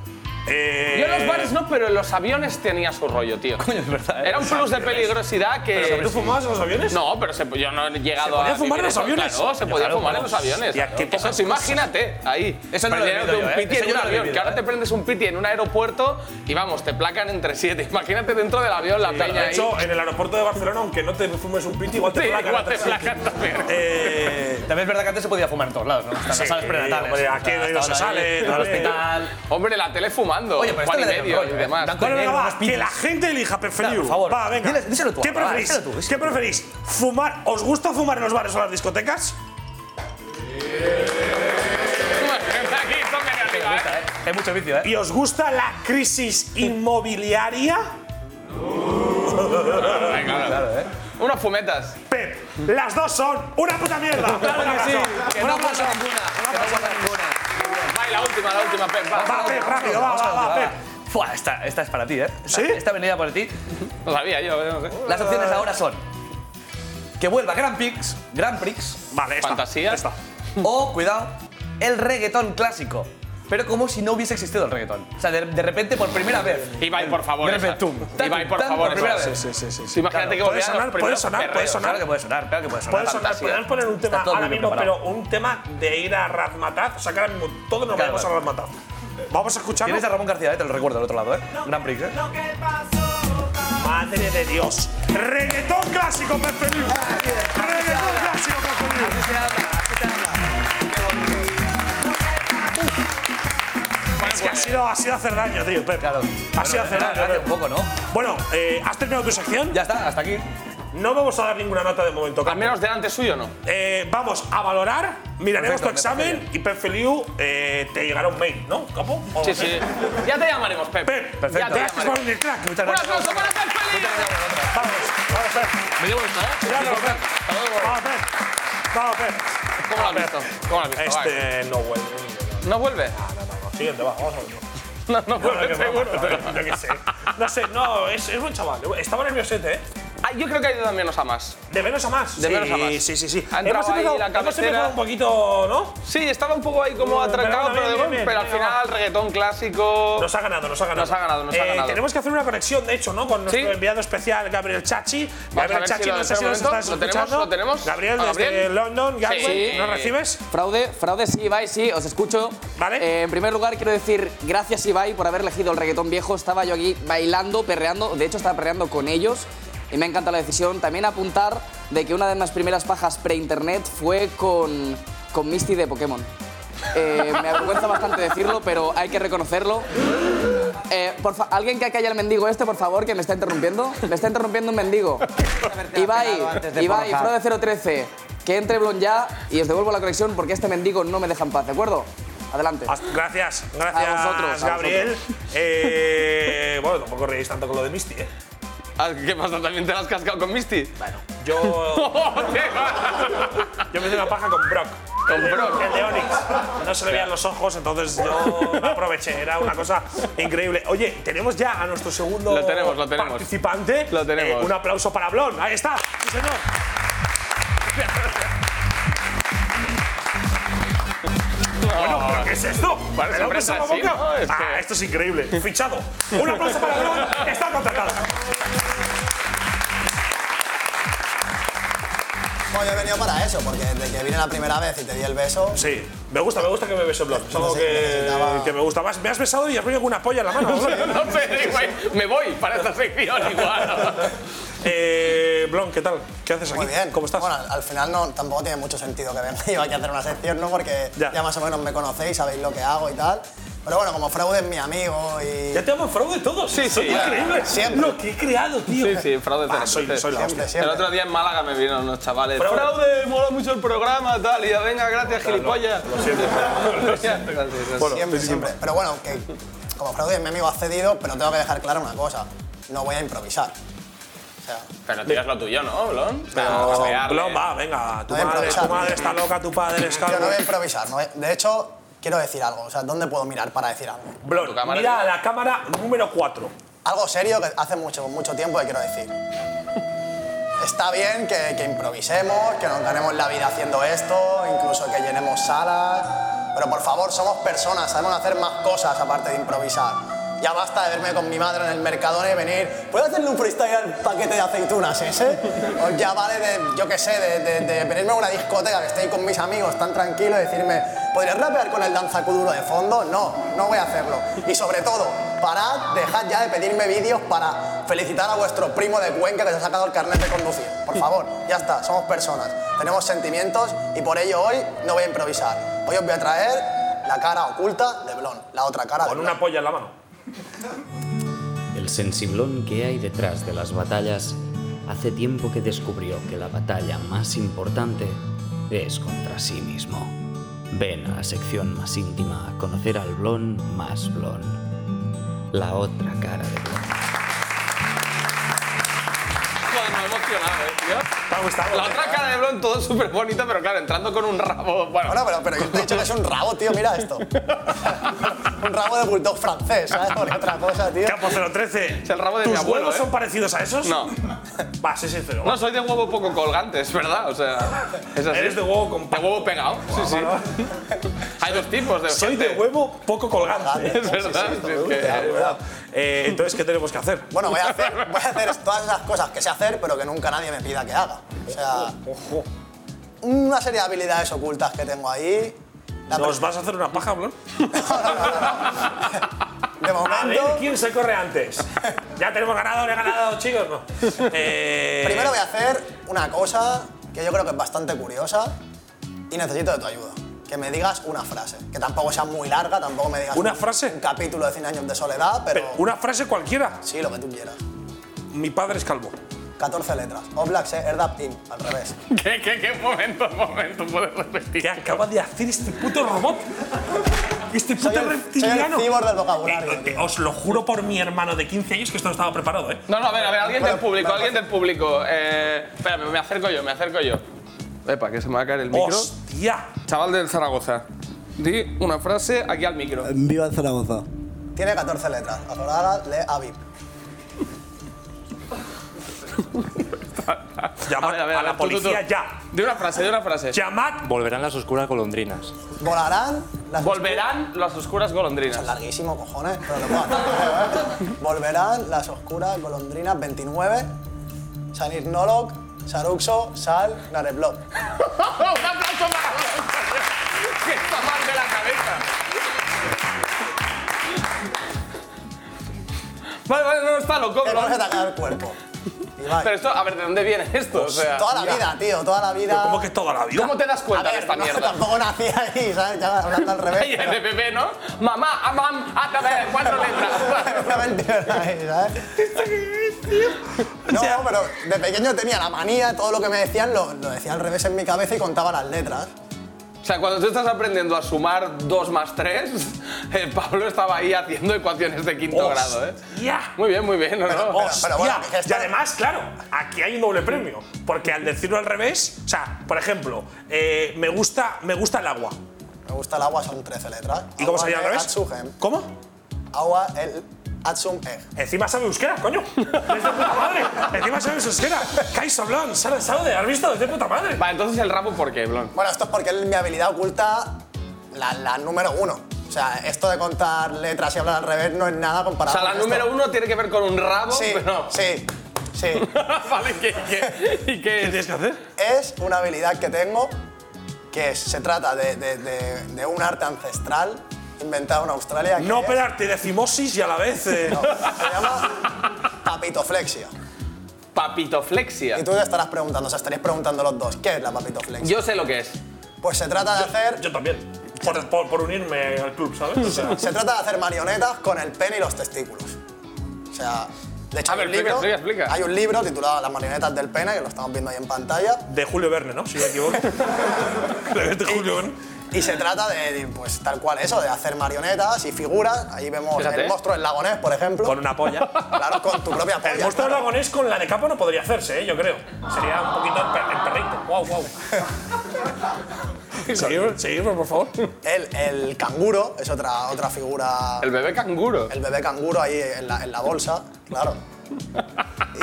Speaker 6: Eh,
Speaker 7: Yo en los bares no, pero en los aviones tenía su rollo, tío.
Speaker 2: Coño, es verdad. ¿eh?
Speaker 7: Era un plus de peligrosidad que.
Speaker 6: ¿Tú fumabas en los aviones?
Speaker 7: No, pero se- yo no he llegado
Speaker 6: podía
Speaker 7: a.
Speaker 6: fumar
Speaker 7: vivir
Speaker 6: en los
Speaker 7: eso.
Speaker 6: aviones?
Speaker 7: Claro, se
Speaker 6: Coño,
Speaker 7: podía
Speaker 6: claro,
Speaker 7: fumar en
Speaker 6: vamos.
Speaker 7: los aviones.
Speaker 6: Tía, qué
Speaker 7: Eso,
Speaker 6: pocas
Speaker 7: tú imagínate, ahí.
Speaker 2: Eso no lo he
Speaker 7: perdiéndote
Speaker 2: vivido
Speaker 7: un
Speaker 2: yo, ¿eh?
Speaker 7: piti
Speaker 2: Eso
Speaker 7: en
Speaker 2: yo
Speaker 7: un
Speaker 2: no lo he
Speaker 7: avión. Que
Speaker 2: vivido,
Speaker 7: ahora te prendes un piti en un aeropuerto y vamos, te placan entre siete. Imagínate dentro del avión la peña
Speaker 6: De
Speaker 7: ahí.
Speaker 6: hecho, en el aeropuerto de Barcelona, aunque no te fumes un piti, igual te
Speaker 7: Sí,
Speaker 6: placan.
Speaker 7: igual te
Speaker 6: Sí.
Speaker 7: placan también.
Speaker 6: Eh,
Speaker 2: También es verdad que antes se podía fumar en todos lados, ¿no? Hasta en las
Speaker 6: Sí,
Speaker 2: salas prenatales.
Speaker 6: hombre, aquí
Speaker 2: Hasta
Speaker 6: no se
Speaker 2: ahora
Speaker 6: sale,
Speaker 2: ahí,
Speaker 6: no
Speaker 2: Al
Speaker 6: se-
Speaker 2: hospital.
Speaker 7: Hombre, la tele fumando.
Speaker 2: Oye, pero esto
Speaker 7: Juan
Speaker 2: le
Speaker 7: y
Speaker 2: da el
Speaker 7: medio
Speaker 2: rollo,
Speaker 7: y
Speaker 2: ¿eh?
Speaker 7: demás.
Speaker 2: Dan
Speaker 6: bueno, venga,
Speaker 2: Unos
Speaker 6: va, que
Speaker 2: pitis.
Speaker 6: la gente elija preferido.
Speaker 2: Claro, por favor.
Speaker 6: Va, venga.
Speaker 2: Dile- díselo tú
Speaker 6: ¿Qué
Speaker 2: ahora, va,
Speaker 6: preferís?
Speaker 2: díselo tú, díselo
Speaker 6: ¿Qué preferís? ¿Fumar? ¿Os gusta fumar en los bares o las discotecas?
Speaker 7: [LAUGHS] Aquí, tóquenle arriba, ¿eh?
Speaker 2: Gusta, ¿eh? Hay mucho vicio, ¿eh?
Speaker 6: ¿Y os gusta la crisis inmobiliaria?
Speaker 7: ¿eh? Unas fumetas.
Speaker 6: Pep, las dos son una puta mierda. Un
Speaker 2: que sí.
Speaker 6: abrazo.
Speaker 2: Que
Speaker 6: Un
Speaker 2: no
Speaker 6: aplauso.
Speaker 2: guarda ninguna. Que no guarda ninguna.
Speaker 7: Va, y la última, la última, Pep, va.
Speaker 6: Va, Pep, rápido, va, va, va, Pep.
Speaker 2: Fua, esta, esta es para ti, ¿eh? Esta-
Speaker 6: ¿Sí?
Speaker 2: Esta venida por ti.
Speaker 7: Lo sabía yo, eh, no sé.
Speaker 2: Las opciones ahora son que vuelva Grand Prix, Grand Prix
Speaker 6: Vale, esta.
Speaker 7: Fantasía.
Speaker 6: Esta.
Speaker 2: o, cuidado, el reggaetón clásico. Pero como si no hubiese existido el reggaetón. O sea, de, de repente, por primera vez.
Speaker 7: Ibai, por favor.
Speaker 2: De
Speaker 7: esa.
Speaker 2: repente, tum, tan,
Speaker 7: Ibai, por
Speaker 2: tan,
Speaker 7: favor.
Speaker 2: primera
Speaker 7: esa.
Speaker 2: vez.
Speaker 7: Sí, Imagínate
Speaker 6: Puede
Speaker 7: que volvieran
Speaker 6: sonar,
Speaker 7: los
Speaker 6: puede
Speaker 7: primeros
Speaker 6: sonar, puede
Speaker 7: perreos.
Speaker 6: sonar.
Speaker 2: Claro que puede sonar, claro que puede sonar.
Speaker 6: Puedes sonar,
Speaker 7: Fantasía.
Speaker 6: podemos poner un tema
Speaker 2: Está todo
Speaker 6: ahora
Speaker 2: muy bien
Speaker 6: mismo,
Speaker 2: preparado.
Speaker 6: pero un tema de ir a Razmataz. O sea, que ahora mismo todos nos
Speaker 2: Claro.
Speaker 6: vamos a Razmataz. Vamos a escucharlo.
Speaker 2: Tienes a Ramón García, eh, te lo recuerdo del otro lado, ¿eh? Grand Prix, ¿eh?
Speaker 6: Madre de Dios. Reggaetón clásico, Pep Feliu. Reggaetón clásico, Pep Feliu. Es que ha sido, ha sido hacer daño, tío, Pep.
Speaker 2: Claro.
Speaker 6: Ha sido hacer daño.
Speaker 2: Hace
Speaker 6: Pep.
Speaker 2: un poco, ¿no?
Speaker 6: Bueno, eh, ¿has terminado tu sección?
Speaker 2: Ya está, hasta aquí.
Speaker 6: No vamos a dar ninguna nota de momento.
Speaker 7: Al menos delante suyo, ¿no?
Speaker 6: Eh, vamos a valorar, miraremos
Speaker 2: Perfecto,
Speaker 6: tu
Speaker 2: me parece
Speaker 6: examen y Pep Feliu eh, te llegará un mail, ¿no? ¿Cómo?
Speaker 7: Sí, sí. Ya te llamaremos, Pep.
Speaker 6: Oh. Pep,
Speaker 7: Perfecto.
Speaker 6: ya te has pasado en el crack. Muchas
Speaker 7: Un aplauso para Pep Feliz.
Speaker 6: Vamos, vamos, Pep.
Speaker 7: Me dio gusto, ¿eh?
Speaker 6: Cuidado, Pep. Vamos, Pep. Vamos, Pep.
Speaker 7: ¿Cómo lo has visto? ¿Cómo lo has visto? Va.
Speaker 6: Este no vuelve.
Speaker 7: ¿No vuelve? [LAUGHS]
Speaker 6: Siguiente, va, vamos a ver.
Speaker 7: No, no
Speaker 6: Yo
Speaker 7: vuelve, seguro.
Speaker 6: qué sé. No sé, no, es, es buen chaval. Estaba nerviosete, ¿eh?
Speaker 7: Ah, Yo creo que ha ido de menos a más.
Speaker 6: De menos a más.
Speaker 7: De
Speaker 6: sí,
Speaker 7: menos a más.
Speaker 6: Sí, sí, sí.
Speaker 7: Ha entrado ahí la
Speaker 6: hemos
Speaker 7: cabecera.
Speaker 6: empezado un poquito, ¿no?
Speaker 7: Sí, estaba un poco ahí como
Speaker 6: No,
Speaker 7: atracado,
Speaker 6: pero
Speaker 7: pero de
Speaker 6: bien,
Speaker 7: golpe.
Speaker 6: bien,
Speaker 7: Pero al
Speaker 6: bien,
Speaker 7: final, reggaetón clásico.
Speaker 6: Nos ha ganado, nos ha ganado.
Speaker 7: Nos ha ganado, nos ha
Speaker 6: Eh,
Speaker 7: ganado.
Speaker 6: Tenemos que hacer una conexión, de hecho, ¿no? Con nuestro
Speaker 7: Sí.
Speaker 6: enviado especial, Gabriel Chachi.
Speaker 7: Vamos a
Speaker 6: Gabriel
Speaker 7: ver
Speaker 6: Chachi,
Speaker 7: si lo-
Speaker 6: no sé si
Speaker 7: espera un
Speaker 6: nos
Speaker 7: momento.
Speaker 6: estás
Speaker 7: ¿Lo tenemos?
Speaker 6: escuchando.
Speaker 7: ¿lo tenemos?
Speaker 6: Gabriel,
Speaker 7: ¿A
Speaker 6: desde
Speaker 7: Gabriel?
Speaker 6: London, Galway,
Speaker 7: Sí.
Speaker 6: ¿nos recibes?
Speaker 5: Fraude, fraude sí, Ibai, sí, os escucho.
Speaker 6: Vale.
Speaker 5: Eh, en primer lugar, quiero decir gracias, Ibai, por haber elegido el reggaetón viejo. Estaba yo aquí bailando, perreando, de hecho, estaba perreando con ellos y me encanta la decisión. También apuntar de que una de mis primeras pajas pre-internet fue con, con Misty de Pokémon. Eh, me avergüenza bastante decirlo, pero hay que reconocerlo. Eh, por fa- Alguien que acalle al mendigo este, por favor, que me está interrumpiendo. Me está interrumpiendo un mendigo. Ibai, Ibai, Fraude 013, que entre Blon ya y os devuelvo la conexión porque este mendigo no me deja en paz, ¿de acuerdo? Adelante.
Speaker 6: As- Gracias, gracias,
Speaker 5: A vosotros, a
Speaker 6: Gabriel. Eh, bueno, tampoco reíais tanto con lo de Misty, ¿eh?
Speaker 7: Ah, ¿Qué pasa? ¿También te la has cascado con Misty? Oh, Bueno. [LAUGHS]
Speaker 6: Yo, [LAUGHS] yo me hice una paja con Brock.
Speaker 7: Con Brock.
Speaker 6: El de Onyx. No se le veían los ojos, entonces yo me aproveché. Era una cosa increíble. Oye, tenemos ya a nuestro segundo
Speaker 7: Lo tenemos, lo tenemos.
Speaker 6: participante. Eh,
Speaker 7: Lo tenemos.
Speaker 6: un aplauso para Blon. Ahí está. Sí, señor. Bueno, ¿pero ¿qué es esto?
Speaker 7: Parece
Speaker 6: ¿El hombre
Speaker 7: empresa
Speaker 6: se la
Speaker 7: así,
Speaker 6: boca?
Speaker 7: ¿no? Es
Speaker 6: Ah,
Speaker 7: que-
Speaker 6: esto es increíble. Fichado. Un aplauso para Blon. Está contratado.
Speaker 1: No, yo he venido para eso, porque desde que vine la primera vez y te di el beso.
Speaker 6: Sí, me gusta, me gusta que me bese Blon. Es algo
Speaker 1: Sí,
Speaker 6: que,
Speaker 1: necesitaba-
Speaker 6: que me gusta más. Me has besado y has venido con una polla en la mano. Blon.
Speaker 7: [LAUGHS] No, Pedro, igual, me voy para esta sección igual.
Speaker 6: Eh, Blon, ¿qué tal? ¿Qué haces aquí?
Speaker 1: Muy bien.
Speaker 6: ¿Cómo estás?
Speaker 1: Bueno, al- al final no, tampoco tiene mucho sentido [LAUGHS] que venga yo aquí a hacer una sección, ¿no? Porque
Speaker 6: Ya.
Speaker 1: ya. más o menos me conocéis, sabéis lo que hago y tal. Pero bueno, como Fraude es mi amigo y.
Speaker 6: Ya te amo en fraude todos.
Speaker 7: Sí, sí,
Speaker 6: Es
Speaker 7: ya.
Speaker 6: increíble.
Speaker 1: Siempre.
Speaker 6: Lo que he creado, tío.
Speaker 7: Sí, sí, este fraude
Speaker 6: Ah, soy,
Speaker 7: terrestre.
Speaker 6: soy la hostia.
Speaker 1: Siempre,
Speaker 7: El
Speaker 1: siempre.
Speaker 7: otro día en Málaga me vinieron unos chavales.
Speaker 6: Fraude.
Speaker 7: Fraude, mola mucho el programa, tal. Y yo, venga, gracias, gilipollas.
Speaker 6: Lo siento.
Speaker 2: [LAUGHS]
Speaker 6: Lo siento. Bueno,
Speaker 1: siempre,
Speaker 6: sí, sí,
Speaker 1: siempre. Pero bueno, que como Fraude es mi amigo ha cedido, pero tengo que dejar clara una cosa: no voy a improvisar. O sea,
Speaker 7: Pero tiras lo tuyo, ¿no, Blon? Pero
Speaker 1: no,
Speaker 7: vamos a
Speaker 6: Blon,
Speaker 7: pegarle.
Speaker 6: Blon, va, venga. Tu
Speaker 1: Voy a
Speaker 6: madre, tu
Speaker 1: improvisar.
Speaker 6: madre está loca, tu padre es
Speaker 1: yo no
Speaker 6: calvo.
Speaker 1: voy a improvisar. no voy- de hecho, quiero decir algo. O sea, ¿dónde puedo mirar para decir algo?
Speaker 7: Tu
Speaker 6: Blon,
Speaker 7: cámara
Speaker 6: mira
Speaker 7: ya.
Speaker 6: a la cámara número 4.
Speaker 1: Algo serio que hace mucho, mucho tiempo que quiero decir. Está bien que, que improvisemos, que nos ganemos la vida haciendo esto, incluso que llenemos salas, pero por favor, somos personas, sabemos hacer más cosas aparte de improvisar. Ya basta de verme con mi madre en el mercadona y venir. ¿Puedo hacerle un freestyle al paquete de aceitunas ese? [LAUGHS] O ya vale de, yo qué sé, de, de- de venirme a una discoteca que esté ahí con mis amigos tan tranquilo y decirme, ¿podrías rapear con el danzacuduro de fondo? No, no voy a hacerlo. Y sobre todo, parad, dejad ya de pedirme vídeos para felicitar a vuestro primo de Cuenca que se ha sacado el carnet de conducir. Por favor, ya está, somos personas, tenemos sentimientos y por ello hoy no voy a improvisar. Hoy os voy a traer la cara oculta de Blon, la otra cara de
Speaker 6: Con una polla en la mano.
Speaker 9: El sensiblón que hay detrás de las batallas hace tiempo que descubrió que la batalla más importante es contra sí mismo. Ven a la sección más íntima a conocer al blon más blon. La otra cara de blon.
Speaker 7: Joder, me he emocionado, eh, tío.
Speaker 6: ¿Te ha gustado?
Speaker 7: La otra cara de Blon, todo súper bonito, pero claro, entrando con un rabo. Bueno,
Speaker 1: Bueno, pero, pero yo te he dicho que es un rabo, tío, mira
Speaker 7: [LAUGHS]
Speaker 1: esto. un rabo de bulldog francés, ¿sabes? Porque otra cosa, tío.
Speaker 6: Campo 013.
Speaker 7: Es el rabo de
Speaker 6: ¿Tus
Speaker 7: mi abuelo,
Speaker 6: huevos
Speaker 7: ¿eh?
Speaker 6: son parecidos a esos?
Speaker 7: No.
Speaker 6: [LAUGHS] Va, soy sincero.
Speaker 7: no, soy de huevo poco colgante, es verdad. O sea, es así.
Speaker 6: Eres de huevo
Speaker 7: De
Speaker 6: compacto.
Speaker 7: huevo pegado, sí, sí. Hay dos tipos de
Speaker 6: Soy de
Speaker 7: gente.
Speaker 6: huevo poco colgante. [LAUGHS]
Speaker 7: [LAUGHS] Es verdad, sí, es que-
Speaker 6: Es verdad. Eh, entonces, ¿qué tenemos que hacer?
Speaker 1: Bueno, voy a, hacer, voy a hacer todas esas cosas que sé hacer, pero que nunca nadie me pida que haga. O sea,
Speaker 6: Ojo.
Speaker 1: una serie de habilidades ocultas que tengo ahí. La [LAUGHS]
Speaker 6: ¿Nos vas a hacer una paja, Blon?
Speaker 1: De
Speaker 6: A ver,
Speaker 1: momento,
Speaker 6: ¿quién se
Speaker 1: [LAUGHS]
Speaker 6: corre antes? ya tenemos ganado, le he ganado, chicos. No. Eh,
Speaker 1: primero voy a hacer una cosa que yo creo que es bastante curiosa y necesito de tu ayuda. Que me digas una frase, que tampoco sea muy larga, tampoco me digas
Speaker 6: ¿Una
Speaker 1: un-
Speaker 6: frase?
Speaker 1: un capítulo de 100 años de soledad, pero
Speaker 6: pe- Una frase cualquiera.
Speaker 1: sí, lo que tú quieras.
Speaker 6: Mi padre es calvo.
Speaker 1: 14 letras. Oblax, eh, Erdap, Team, al revés.
Speaker 7: ¿Qué, qué, qué momento, momento, puedes repetir.
Speaker 6: ¿Qué acaba de hacer este puto robot? Este
Speaker 1: Soy
Speaker 6: puto
Speaker 1: el, soy el
Speaker 6: reptiliano.
Speaker 1: cibor del
Speaker 6: Eh,
Speaker 1: vocabulario.
Speaker 6: eh,
Speaker 1: tío.
Speaker 6: os lo juro por mi hermano de 15 años que esto no estaba preparado, ¿eh?
Speaker 7: No, no, a ver, a ver, alguien del
Speaker 1: Bueno,
Speaker 7: público,
Speaker 1: vale,
Speaker 7: alguien del público. Eh, espérame, me acerco yo, me acerco yo. Epa, que se me va a caer el micro.
Speaker 6: ¡Hostia!
Speaker 7: Chaval del Zaragoza, di una frase aquí al micro.
Speaker 10: Viva el Zaragoza.
Speaker 1: Tiene 14 letras. Acordada, lee Avip.
Speaker 6: Llamad a, la
Speaker 7: tú, tú, tú.
Speaker 6: policía ya.
Speaker 7: Di una frase, di una frase.
Speaker 6: Llamad.
Speaker 8: Volverán las oscuras golondrinas.
Speaker 1: Volarán las
Speaker 7: Volverán las oscuras golondrinas.
Speaker 1: Es larguísimo, cojones, pero lo puedo hacer, ¿eh? [LAUGHS] Volverán las oscuras golondrinas 29, Sanir Nolok, Saruxo, Sal, Nareblok.
Speaker 7: [LAUGHS] ¡Un aplauso para ¡Que está mal de la cabeza! Vale, vale, no, está loco,
Speaker 1: Hemos
Speaker 7: bro.
Speaker 1: atacado el cuerpo. Ibai.
Speaker 7: Pero esto, a ver, ¿de dónde viene esto? O sea,
Speaker 1: Pues toda la vida, tío, toda la vida.
Speaker 6: ¿Cómo que toda la vida?
Speaker 7: ¿Cómo te das
Speaker 1: A
Speaker 7: cuenta de
Speaker 1: ver,
Speaker 7: esta
Speaker 1: no,
Speaker 7: mierda? [LAUGHS]
Speaker 1: tampoco nací ahí, ¿sabes? Ya hablando al revés.
Speaker 7: Ay, el [LAUGHS] de bebé, ¿no? Mamá, amam, a ver, cuatro
Speaker 1: [LAUGHS]
Speaker 7: letras. [LAUGHS]
Speaker 1: Una mentira ahí,
Speaker 6: [LAUGHS]
Speaker 1: ¿sabes? No, pero de pequeño tenía la manía, todo lo que me decían lo, lo decía al revés en mi cabeza y contaba las letras.
Speaker 7: O sea, cuando tú estás aprendiendo a sumar dos más tres, [LAUGHS] el Pablo estaba ahí haciendo ecuaciones de quinto grado, ¿eh?
Speaker 6: ¡Ya!
Speaker 7: Muy bien, muy bien, ¿no? no?
Speaker 1: Pero- pero bueno,
Speaker 6: Hostia,
Speaker 1: esto-
Speaker 6: y además, claro, aquí hay un doble premio. Porque al decirlo al revés, o sea, por ejemplo, eh, me, gusta, me gusta el agua.
Speaker 1: Me gusta el agua, son 13 letras.
Speaker 6: ¿Y cómo
Speaker 1: Agua
Speaker 6: sería al
Speaker 1: de
Speaker 6: revés?
Speaker 1: Atsugen.
Speaker 6: ¿Cómo?
Speaker 1: Agua, el Atsum Egg.
Speaker 6: Encima sabe euskera,
Speaker 1: [LAUGHS]
Speaker 6: coño. Es de puta madre. Encima sabe euskera. Kaiso Blon, Sara Saude, ¿has visto? Es de puta madre.
Speaker 7: Vale, entonces el rabo, ¿por qué, Blon?
Speaker 1: Bueno, esto es porque es mi habilidad oculta, la, la número uno. O sea, esto de contar letras y hablar al revés no es nada
Speaker 7: O
Speaker 1: comparado
Speaker 7: sea, la
Speaker 1: con esto.
Speaker 7: número uno tiene que ver con un rabo,
Speaker 1: Ah, Sí,
Speaker 7: pero. [LAUGHS]
Speaker 1: sí, sí.
Speaker 7: vale, ¿qué, qué, y qué es?
Speaker 6: tienes que hacer?
Speaker 1: es una habilidad que tengo que es- se trata de, de- de- de un arte ancestral inventado en Australia. que
Speaker 6: No
Speaker 1: es-
Speaker 6: operarte de cimosis y a la vez. eh,
Speaker 1: no, se llama papitoflexia.
Speaker 7: Papitoflexia.
Speaker 1: Y tú te estarás preguntando, o sea, estaréis preguntando los dos, ¿qué es la papitoflexia?
Speaker 7: Yo sé lo que es.
Speaker 1: Pues se trata de hacer,
Speaker 6: Yo también. Por, por- por unirme al club, ¿sabes? O sea,
Speaker 1: se trata de hacer marionetas con el pene y los testículos. O sea, de hecho
Speaker 7: A
Speaker 1: hay
Speaker 7: ver,
Speaker 1: un
Speaker 7: explica,
Speaker 1: libro,
Speaker 7: explica, explica.
Speaker 1: hay un libro titulado Las marionetas del pene que lo estamos viendo ahí en pantalla.
Speaker 6: de Julio Verne, ¿no? Si no
Speaker 1: [LAUGHS]
Speaker 6: me equivoco. [LAUGHS] La vez de Julio Verne.
Speaker 1: Y se trata de, de, pues tal cual eso, de hacer marionetas y figuras. Ahí vemos
Speaker 7: Fíjate. ¿eh?
Speaker 1: el monstruo del lagonés, por ejemplo.
Speaker 6: Con una polla.
Speaker 1: Claro, con tu
Speaker 7: [LAUGHS]
Speaker 1: propia polla.
Speaker 6: El monstruo
Speaker 1: claro.
Speaker 6: lagonés con la de capo no podría hacerse, ¿eh? yo creo. Sería un poquito el, per- el perrito. Wow, wow. Seguimos, seguimos, por favor.
Speaker 1: El, el canguro es otra, otra figura.
Speaker 7: El bebé canguro.
Speaker 1: El bebé canguro ahí en la, en la bolsa, claro.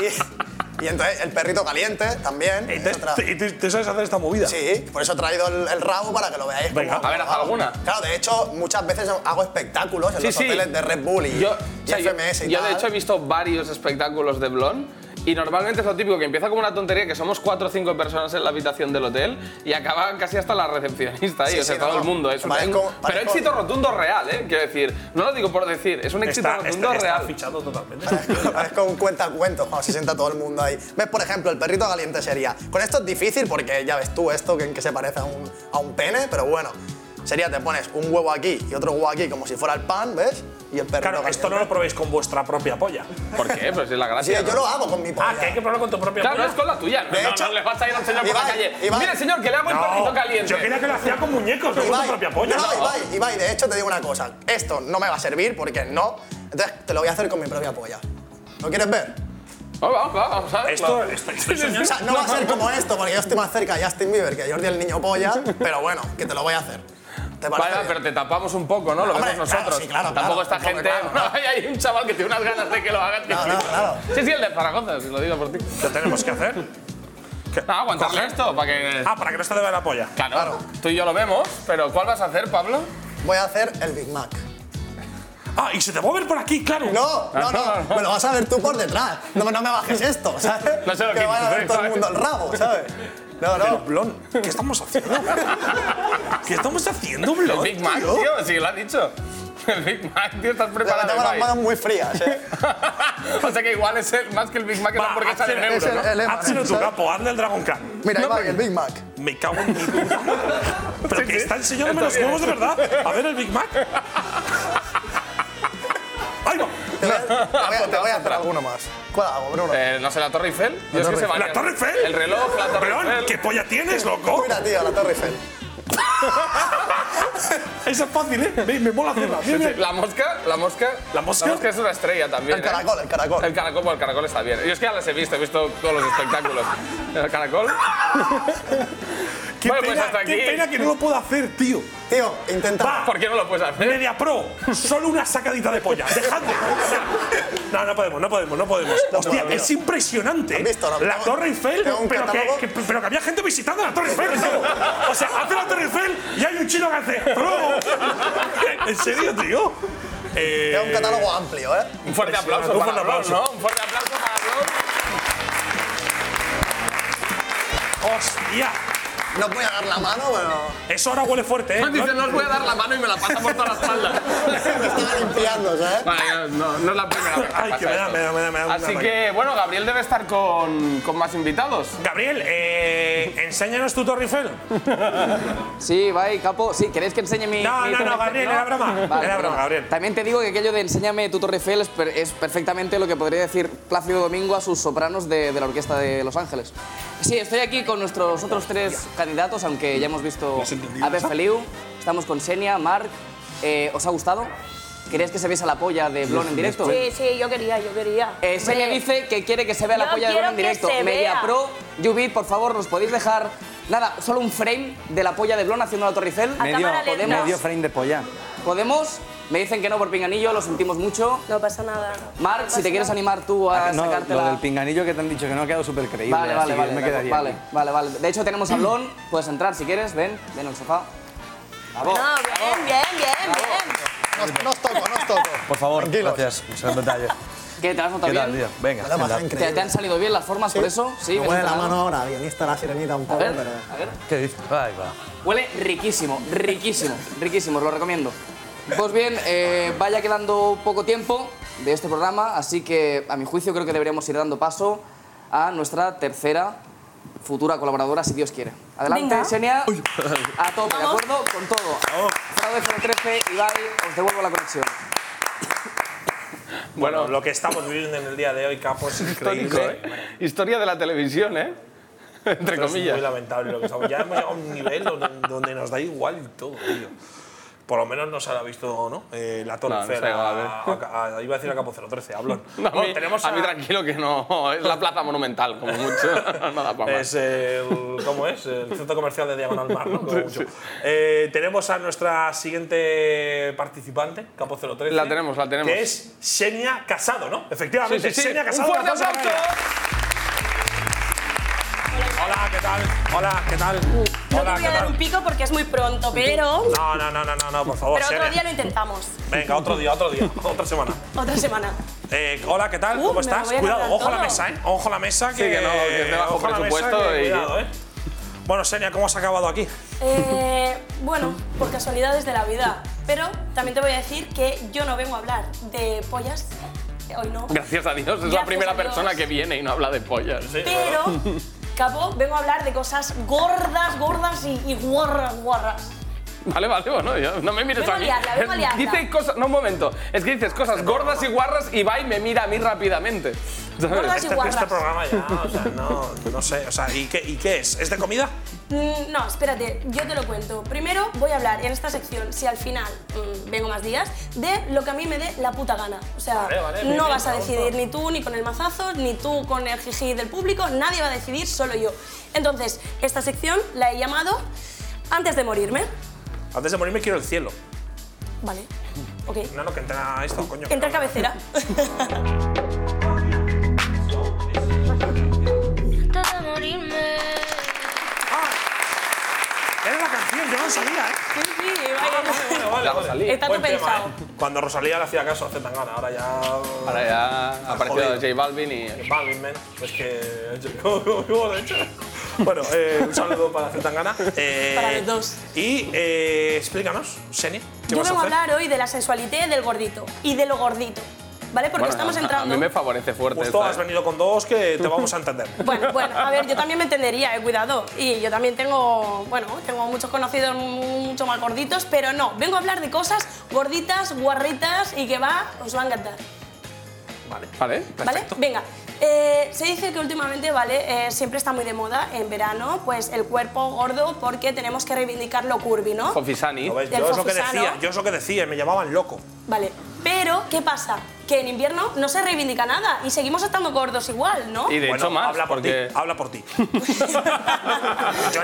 Speaker 1: Y, Y entonces el perrito caliente también. es otra-
Speaker 6: ¿Y tú, tú sabes hacer esta movida?
Speaker 1: Sí, por eso he traído el, el rabo para que lo veáis.
Speaker 6: Venga.
Speaker 1: cómo-
Speaker 7: A ver, haz
Speaker 1: cómo-
Speaker 7: alguna.
Speaker 1: Claro, de hecho, muchas veces hago espectáculos en
Speaker 7: Sí,
Speaker 1: los
Speaker 7: sí.
Speaker 1: hoteles de Red Bull y,
Speaker 7: Yo,
Speaker 1: y
Speaker 7: o sea, yo-
Speaker 1: FMS y
Speaker 7: yo,
Speaker 1: tal. [LAUGHS]
Speaker 7: de hecho he visto varios espectáculos de Blon y normalmente es lo típico que empieza como una tontería que somos cuatro o cinco personas en la habitación del hotel y acaban casi hasta la recepcionista ahí,
Speaker 1: Sí,
Speaker 7: o sea,
Speaker 1: sí,
Speaker 7: todo
Speaker 1: no,
Speaker 7: el mundo. Es un-
Speaker 1: parezco-
Speaker 7: un- pero
Speaker 1: parezco-
Speaker 7: éxito rotundo real, ¿eh? Quiero decir, no lo digo por decir, es un éxito
Speaker 6: Está,
Speaker 7: rotundo
Speaker 6: está- está
Speaker 7: real.
Speaker 6: fichado totalmente.
Speaker 1: Parezco un cuentacuentos cuando se sienta todo el mundo ahí. ¿Ves, por ejemplo, el perrito caliente sería? Con esto es difícil porque ya ves tú esto que, en que se parece a un, a un pene, pero bueno. Sería, te pones un huevo aquí y otro huevo aquí como si fuera el pan, ¿ves? Y el perrito
Speaker 6: Claro,
Speaker 1: caliente.
Speaker 6: esto no lo probéis con vuestra propia polla.
Speaker 7: ¿Por qué? Pues es la
Speaker 1: Sí,
Speaker 7: gracia. ¿no?
Speaker 1: yo lo hago con mi polla.
Speaker 6: Ah, que hay que probarlo con tu propia
Speaker 7: Claro,
Speaker 6: polla.
Speaker 7: es con la tuya. No,
Speaker 1: De
Speaker 7: no,
Speaker 1: hecho-
Speaker 7: no le vas a ir al señor por la
Speaker 1: Ibai,
Speaker 7: calle.
Speaker 1: Ibai.
Speaker 7: Mire, señor, que le hago el perrito caliente.
Speaker 6: Yo quería que lo hacía con muñecos, no con tu
Speaker 1: Ibai,
Speaker 6: propia polla.
Speaker 1: No, no, Ibai, Ibai, de hecho te digo una cosa. Esto no me va a servir porque no. Entonces te lo voy a hacer con mi propia polla. ¿Lo quieres ver?
Speaker 7: Vamos, vamos, Oh, vamos. vamos.
Speaker 6: Esto estoy- estoy
Speaker 1: O
Speaker 6: soñando.
Speaker 1: sea, no va a ser como esto porque yo estoy más cerca de Justin Bieber que Jordi el niño polla, pero bueno, que te lo voy a hacer. ¿Te parece?
Speaker 7: Vale, va,
Speaker 1: bien?
Speaker 7: pero te tapamos un poco, ¿no? Lo
Speaker 1: Hombre,
Speaker 7: vemos
Speaker 1: claro,
Speaker 7: nosotros.
Speaker 1: sí, claro,
Speaker 7: Tampoco
Speaker 1: claro,
Speaker 7: esta
Speaker 1: tampoco,
Speaker 7: gente.
Speaker 1: claro,
Speaker 7: [LAUGHS] hay un chaval que tiene unas ganas de que lo hagan.
Speaker 1: No, no, claro.
Speaker 7: Sí, sí, el de Zaragoza, si lo digo por ti.
Speaker 6: ¿Qué tenemos que hacer?
Speaker 7: No, aguantarle esto para que.
Speaker 6: Ah, para que no se te vea la polla.
Speaker 7: claro,
Speaker 1: claro.
Speaker 7: tú y yo lo vemos, pero ¿cuál vas a hacer, Pablo?
Speaker 1: Voy a hacer el Big Mac.
Speaker 6: Ah, y se te va a ver por aquí, claro.
Speaker 1: No, no,
Speaker 7: no, no. [LAUGHS]
Speaker 1: no. Me lo vas a ver tú por detrás. No, me- no me bajes esto, [LAUGHS] ¿sabes?
Speaker 7: No sé lo
Speaker 1: que
Speaker 7: que
Speaker 1: vaya a ver
Speaker 7: dices,
Speaker 1: todo el
Speaker 7: ¿sabes?
Speaker 1: mundo el rabo, ¿sabes? No,
Speaker 6: Pero,
Speaker 7: [LAUGHS]
Speaker 1: no.
Speaker 6: Blon, ¿qué estamos haciendo? ¿Qué estamos haciendo,
Speaker 7: El
Speaker 6: Blon?
Speaker 7: Big Mac,
Speaker 6: tío?
Speaker 7: tío, sí, lo has dicho. [LAUGHS] El Big Mac, tío, estás
Speaker 1: Yo
Speaker 7: preparado.
Speaker 1: tengo las
Speaker 7: Ibai?
Speaker 1: manos muy frías, ¿eh?
Speaker 7: [LAUGHS] o sea que igual es el, más que el Big Mac, es
Speaker 6: Va,
Speaker 7: la hamburguesa
Speaker 6: hacer-
Speaker 7: del euro,
Speaker 1: Es el,
Speaker 7: ¿no?
Speaker 1: el Eman,
Speaker 6: Hazlo tu
Speaker 1: ¿sabes?
Speaker 6: capo, hazle el Dragon Khan.
Speaker 1: Mira,
Speaker 7: No,
Speaker 1: Ibai,
Speaker 7: pero-
Speaker 1: el Big Mac.
Speaker 6: Me cago en mi puta madre. Pero que está enseñándome
Speaker 7: Está
Speaker 6: los
Speaker 7: bien.
Speaker 6: huevos de verdad. A ver el Big Mac. ¡Ay, va!
Speaker 1: Te voy a, te
Speaker 7: [LAUGHS]
Speaker 1: voy a- te voy a hacer alguno más. ¿Cuál hago, Bruno?
Speaker 7: Eh, no sé, la Torre Eiffel. Yo es que
Speaker 1: Torre
Speaker 7: se
Speaker 1: Eiffel.
Speaker 7: varía.
Speaker 6: ¿La Torre Eiffel?
Speaker 7: El reloj, la Torre
Speaker 6: Blon,
Speaker 7: Eiffel.
Speaker 6: ¿qué polla tienes, loco?
Speaker 1: Mira, tío, la Torre Eiffel.
Speaker 6: Esa es fácil, ¿eh? Me, me mola hacerla. Mira, mira.
Speaker 7: La mosca, la mosca.
Speaker 6: ¿La mosca?
Speaker 7: es una estrella también.
Speaker 1: El
Speaker 7: ¿eh?
Speaker 1: caracol, el caracol.
Speaker 7: El caracol, bueno, el caracol está bien. Yo es que ya las he visto, he visto todos los espectáculos. El caracol.
Speaker 6: Qué,
Speaker 7: bueno, pues
Speaker 6: pena,
Speaker 7: hasta
Speaker 6: qué
Speaker 7: aquí.
Speaker 6: pena que no lo puedo hacer, tío.
Speaker 1: Tío, intenta.
Speaker 7: ¿Por qué no lo puedes hacer?
Speaker 6: Media pro, solo una sacadita de polla. Dejadme. No, no podemos, no podemos, no podemos. Hostia,
Speaker 1: no, no.
Speaker 6: es impresionante.
Speaker 1: ¿Has visto? No,
Speaker 6: la
Speaker 1: tengo-
Speaker 6: Torre Eiffel,
Speaker 1: tengo un
Speaker 6: pero que,
Speaker 1: catálogo.
Speaker 6: que- pero que había gente visitando la Torre Eiffel. tío. O sea, hace la Torre Eiffel y hay un chino que hace.
Speaker 1: [LAUGHS]
Speaker 6: pro. ¿En serio, tío? Eh,
Speaker 1: Es un catálogo amplio, ¿eh?
Speaker 7: Un fuerte aplauso
Speaker 6: Un
Speaker 7: para
Speaker 6: fuerte
Speaker 7: Blon,
Speaker 6: aplauso.
Speaker 7: ¿no? Un fuerte aplauso para Blon.
Speaker 6: Hostia,
Speaker 1: No voy a dar la mano, pero
Speaker 6: eso ahora huele fuerte, ¿eh?
Speaker 7: [LAUGHS] Dice, no os voy a dar la mano y me la pasa por toda la
Speaker 6: [LAUGHS]
Speaker 7: espalda.
Speaker 1: me estaba ¿eh? limpiando, ¿sabes?
Speaker 7: Vale, no, no es la primera vez.
Speaker 6: Ay,
Speaker 7: pasa
Speaker 6: que me da,
Speaker 7: esto.
Speaker 6: me da, me da, me da un
Speaker 7: Así
Speaker 6: ataque.
Speaker 7: que, bueno, Gabriel debe estar con, con más invitados.
Speaker 6: Gabriel, eh, enséñanos tu Torre Eiffel.
Speaker 5: Sí, bye, capo. Sí, ¿queréis que enseñe mi.?
Speaker 6: No,
Speaker 5: mi
Speaker 6: no,
Speaker 5: Torre
Speaker 6: no,
Speaker 5: Eiffel?
Speaker 6: Gabriel, era broma. Era broma,
Speaker 5: perdona.
Speaker 6: Gabriel.
Speaker 5: También te digo que aquello de enséñame tu Torre Eiffel es, per- es perfectamente lo que podría decir Plácido Domingo a sus sopranos de, de la Orquesta de Los Ángeles. Sí, estoy aquí con nuestros otros tres candidatos, aunque ya hemos visto a Beth Feliu. Estamos con Senia, Marc. Eh, ¿Os ha gustado? ¿Queréis que se viese la polla de Blon en directo?
Speaker 3: Sí, sí, yo quería, yo quería.
Speaker 5: Eh, Senia dice que quiere que se vea la
Speaker 3: Yo
Speaker 5: polla de
Speaker 3: quiero
Speaker 5: Blon en
Speaker 3: que
Speaker 5: directo.
Speaker 3: se
Speaker 5: Media
Speaker 3: vea.
Speaker 5: Pro, Jubit, por favor, nos podéis dejar. Nada, solo un frame de la polla de Blon haciendo la Torre Eiffel.
Speaker 3: A
Speaker 4: Medio,
Speaker 3: cámara lenta.
Speaker 4: medio frame de polla.
Speaker 5: ¿Podemos? Me dicen que no por pinganillo, lo sentimos mucho.
Speaker 3: No pasa nada.
Speaker 5: Marc, si te quieres animar tú a
Speaker 4: No,
Speaker 5: sacarte
Speaker 4: lo
Speaker 5: la-
Speaker 4: del pinganillo que te han dicho que no ha quedado súper creíble.
Speaker 5: Vale,
Speaker 4: así
Speaker 5: vale,
Speaker 4: que
Speaker 5: vale,
Speaker 4: me
Speaker 5: de acuerdo,
Speaker 4: quedaría
Speaker 5: vale, vale, vale. De hecho, tenemos a Blon. Puedes entrar si quieres. Ven, ven al sofá. Bravo.
Speaker 3: No, bien, bien, bien, bien.
Speaker 1: No, no os toco, no os toco.
Speaker 2: Por favor,
Speaker 1: Tranquilos.
Speaker 2: gracias. Es un detalle.
Speaker 5: ¿Qué? ¿Te has notado
Speaker 2: ¿Qué tal,
Speaker 5: bien?
Speaker 2: tío? Venga,
Speaker 1: Me lo he pasado
Speaker 2: sentad.
Speaker 5: ¿Te, te
Speaker 1: increíble.
Speaker 5: han salido bien las formas por eso? Sí,
Speaker 1: Me
Speaker 5: ven
Speaker 1: huele la
Speaker 5: entrando.
Speaker 1: mano ahora, bien está la sirenita un
Speaker 5: A
Speaker 1: poco,
Speaker 5: ver,
Speaker 1: pero.
Speaker 5: a ver.
Speaker 2: ¿Qué dices? Ahí va.
Speaker 5: Huele riquísimo, riquísimo, riquísimo, os lo recomiendo. Pues bien, eh, vaya quedando poco tiempo de este programa, así que a mi juicio creo que deberíamos ir dando paso a nuestra tercera futura colaboradora, si Dios quiere. Adelante,
Speaker 3: Venga.
Speaker 5: Xenia, a tope, ¿de acuerdo? Con todo. Fraude 013, Ibai, os devuelvo la conexión.
Speaker 7: Bueno,
Speaker 6: Lo que estamos viviendo en el día de hoy, capo, es
Speaker 7: histórico,
Speaker 6: increíble.
Speaker 7: ¿eh? Historia de la televisión, ¿eh? [LAUGHS] Entre
Speaker 6: Pero Es
Speaker 7: comillas.
Speaker 6: muy lamentable lo que estamos. Ya hemos llegado a un nivel donde, donde nos da igual y todo, tío. Por lo menos nos habrá visto, ¿no? Eh, la Torre
Speaker 7: No, no
Speaker 6: Eiffel,
Speaker 7: se va a ver.
Speaker 6: a- a- a- iba a decir a Capo 013, hablón.
Speaker 7: No, [LAUGHS] a,
Speaker 6: Bueno,
Speaker 7: mí,
Speaker 6: tenemos
Speaker 7: a mí tranquilo que no. Es la plaza monumental, como mucho.
Speaker 6: [LAUGHS]
Speaker 7: [LAUGHS] Nada para más.
Speaker 6: Es el, ¿Cómo es? El centro comercial de Diagonal Mar,
Speaker 7: [LAUGHS]
Speaker 6: ¿no? Como mucho. Eh, tenemos a nuestra siguiente participante, Capo 013.
Speaker 7: La tenemos, la tenemos.
Speaker 6: Que es Xenia Casado, ¿no?
Speaker 7: Sí,
Speaker 6: Efectivamente,
Speaker 7: sí, sí.
Speaker 6: Xenia
Speaker 7: Un
Speaker 6: Casado.
Speaker 7: fuerte
Speaker 6: aplauso para
Speaker 7: aplauso.
Speaker 6: ella. Hola, ¿qué tal? Hola, ¿qué tal?
Speaker 3: No
Speaker 6: Hola,
Speaker 3: te voy a dar un pico porque es muy pronto, pero.
Speaker 6: No, no, no, no, no, no, por favor,
Speaker 3: Pero otro
Speaker 6: Sene.
Speaker 3: día lo intentamos.
Speaker 6: Venga, otro día, otro día, otra semana.
Speaker 3: Otra semana.
Speaker 6: Eh, hola, ¿qué tal?
Speaker 3: Uh,
Speaker 6: ¿Cómo
Speaker 3: me
Speaker 6: estás?
Speaker 3: voy a
Speaker 6: Cuidado,
Speaker 3: cargar
Speaker 6: ojo a la
Speaker 3: todo.
Speaker 6: mesa, ¿eh? Ojo a la mesa que.
Speaker 7: que no, que es de bajo
Speaker 6: ojo a la mesa
Speaker 7: presupuesto
Speaker 6: que-
Speaker 7: y-
Speaker 6: Cuidado,
Speaker 3: [LAUGHS]
Speaker 6: ¿eh? Bueno, Senia, ¿cómo has acabado aquí?
Speaker 3: Eh, bueno, por casualidades de la vida. Pero también te voy a decir que yo no vengo a hablar de pollas. eh, Hoy no.
Speaker 7: Gracias a Dios, es la
Speaker 3: Gracias
Speaker 7: primera
Speaker 3: a Dios.
Speaker 7: persona que viene y no habla de pollas.
Speaker 3: Pero, capo, vengo a hablar de cosas gordas, gordas y, y guarras, guarras.
Speaker 7: Vale, vale, bueno, ya, no me mires
Speaker 3: Vengo
Speaker 7: a mí.
Speaker 3: a liarla, vengo a liarla.
Speaker 7: Dice cosas, no un momento, es que dices cosas gordas y guarras y va y me mira a mí rápidamente. [LAUGHS] ¿sabes?
Speaker 3: Gordas y
Speaker 6: Este,
Speaker 3: guarras.
Speaker 6: este programa ya, o sea, no, no sé, o sea, ¿y qué, ¿y qué es? ¿Es de comida?
Speaker 3: Mm, No, espérate, yo te lo cuento. Primero voy a hablar en esta sección, si al final mm, vengo más días, de lo que a mí me dé la puta gana. O sea,
Speaker 6: vale, muy
Speaker 3: no
Speaker 6: bien,
Speaker 3: vas a
Speaker 6: me gusta.
Speaker 3: decidir ni tú ni con el mazazo, ni tú con el jiji del público, nadie va a decidir, solo yo. Entonces, esta sección la he llamado Antes de morirme.
Speaker 6: Antes de morirme quiero el cielo.
Speaker 3: Vale, ok.
Speaker 6: No, no, que entra esto, coño.
Speaker 3: Entra
Speaker 6: [LAUGHS]
Speaker 3: cabecera.
Speaker 10: Antes de morirme.
Speaker 6: Ah, Era la canción, yo no sabía, ¿eh? Ah,
Speaker 3: sí, sí, vaya.
Speaker 6: Vale, vale, vale.
Speaker 3: Está todo
Speaker 6: Buen tema,
Speaker 3: pensado.
Speaker 6: ¿eh? Cuando Rosalía le hacía caso a Zetangana, ahora ya.
Speaker 7: Ahora ya ha aparecido
Speaker 6: Jodido.
Speaker 7: J Balvin y.
Speaker 6: Vale, men. Es que. [LAUGHS] Bueno, Bueno, eh, un saludo para
Speaker 7: [LAUGHS]
Speaker 6: Zetangana. Eh,
Speaker 3: Para los dos.
Speaker 6: Y eh, explícanos, Senia, ¿qué
Speaker 3: Yo
Speaker 6: vas a
Speaker 3: vengo a
Speaker 6: hacer?
Speaker 3: hablar hoy de la sensualidad del gordito y de lo gordito, ¿vale? Porque
Speaker 7: Bueno,
Speaker 3: estamos
Speaker 7: a-
Speaker 3: entrando.
Speaker 7: A mí me favorece fuerte.
Speaker 6: Justo
Speaker 7: esta,
Speaker 6: Pues has
Speaker 7: eh.
Speaker 6: venido con dos que te vamos a
Speaker 7: [LAUGHS]
Speaker 6: entender.
Speaker 3: Bueno, bueno, a ver, yo también me entendería, eh, cuidado. Y yo también tengo, bueno, tengo muchos conocidos mucho más gorditos, pero no, vengo a hablar de cosas gorditas, guarritas y que va, os va a encantar,
Speaker 6: Vale.
Speaker 7: Vale.
Speaker 3: ¿vale? Venga, eh, se dice que últimamente, ¿vale? Eh, siempre está muy de moda en verano, pues el cuerpo gordo porque tenemos que reivindicar lo curvy, ¿no?
Speaker 7: Fofisani.
Speaker 6: ¿Lo ves?
Speaker 3: Y el
Speaker 6: Yo es lo que
Speaker 3: Fofisano.
Speaker 6: decía, yo es lo que decía, me llamaban loco.
Speaker 3: Vale, pero ¿qué pasa? Que en invierno no se reivindica nada y seguimos estando gordos igual, ¿no?
Speaker 7: Y de
Speaker 6: bueno,
Speaker 7: hecho más,
Speaker 6: habla por
Speaker 7: porque.
Speaker 6: ti, habla por
Speaker 3: [LAUGHS]
Speaker 6: ti. [LAUGHS] Yo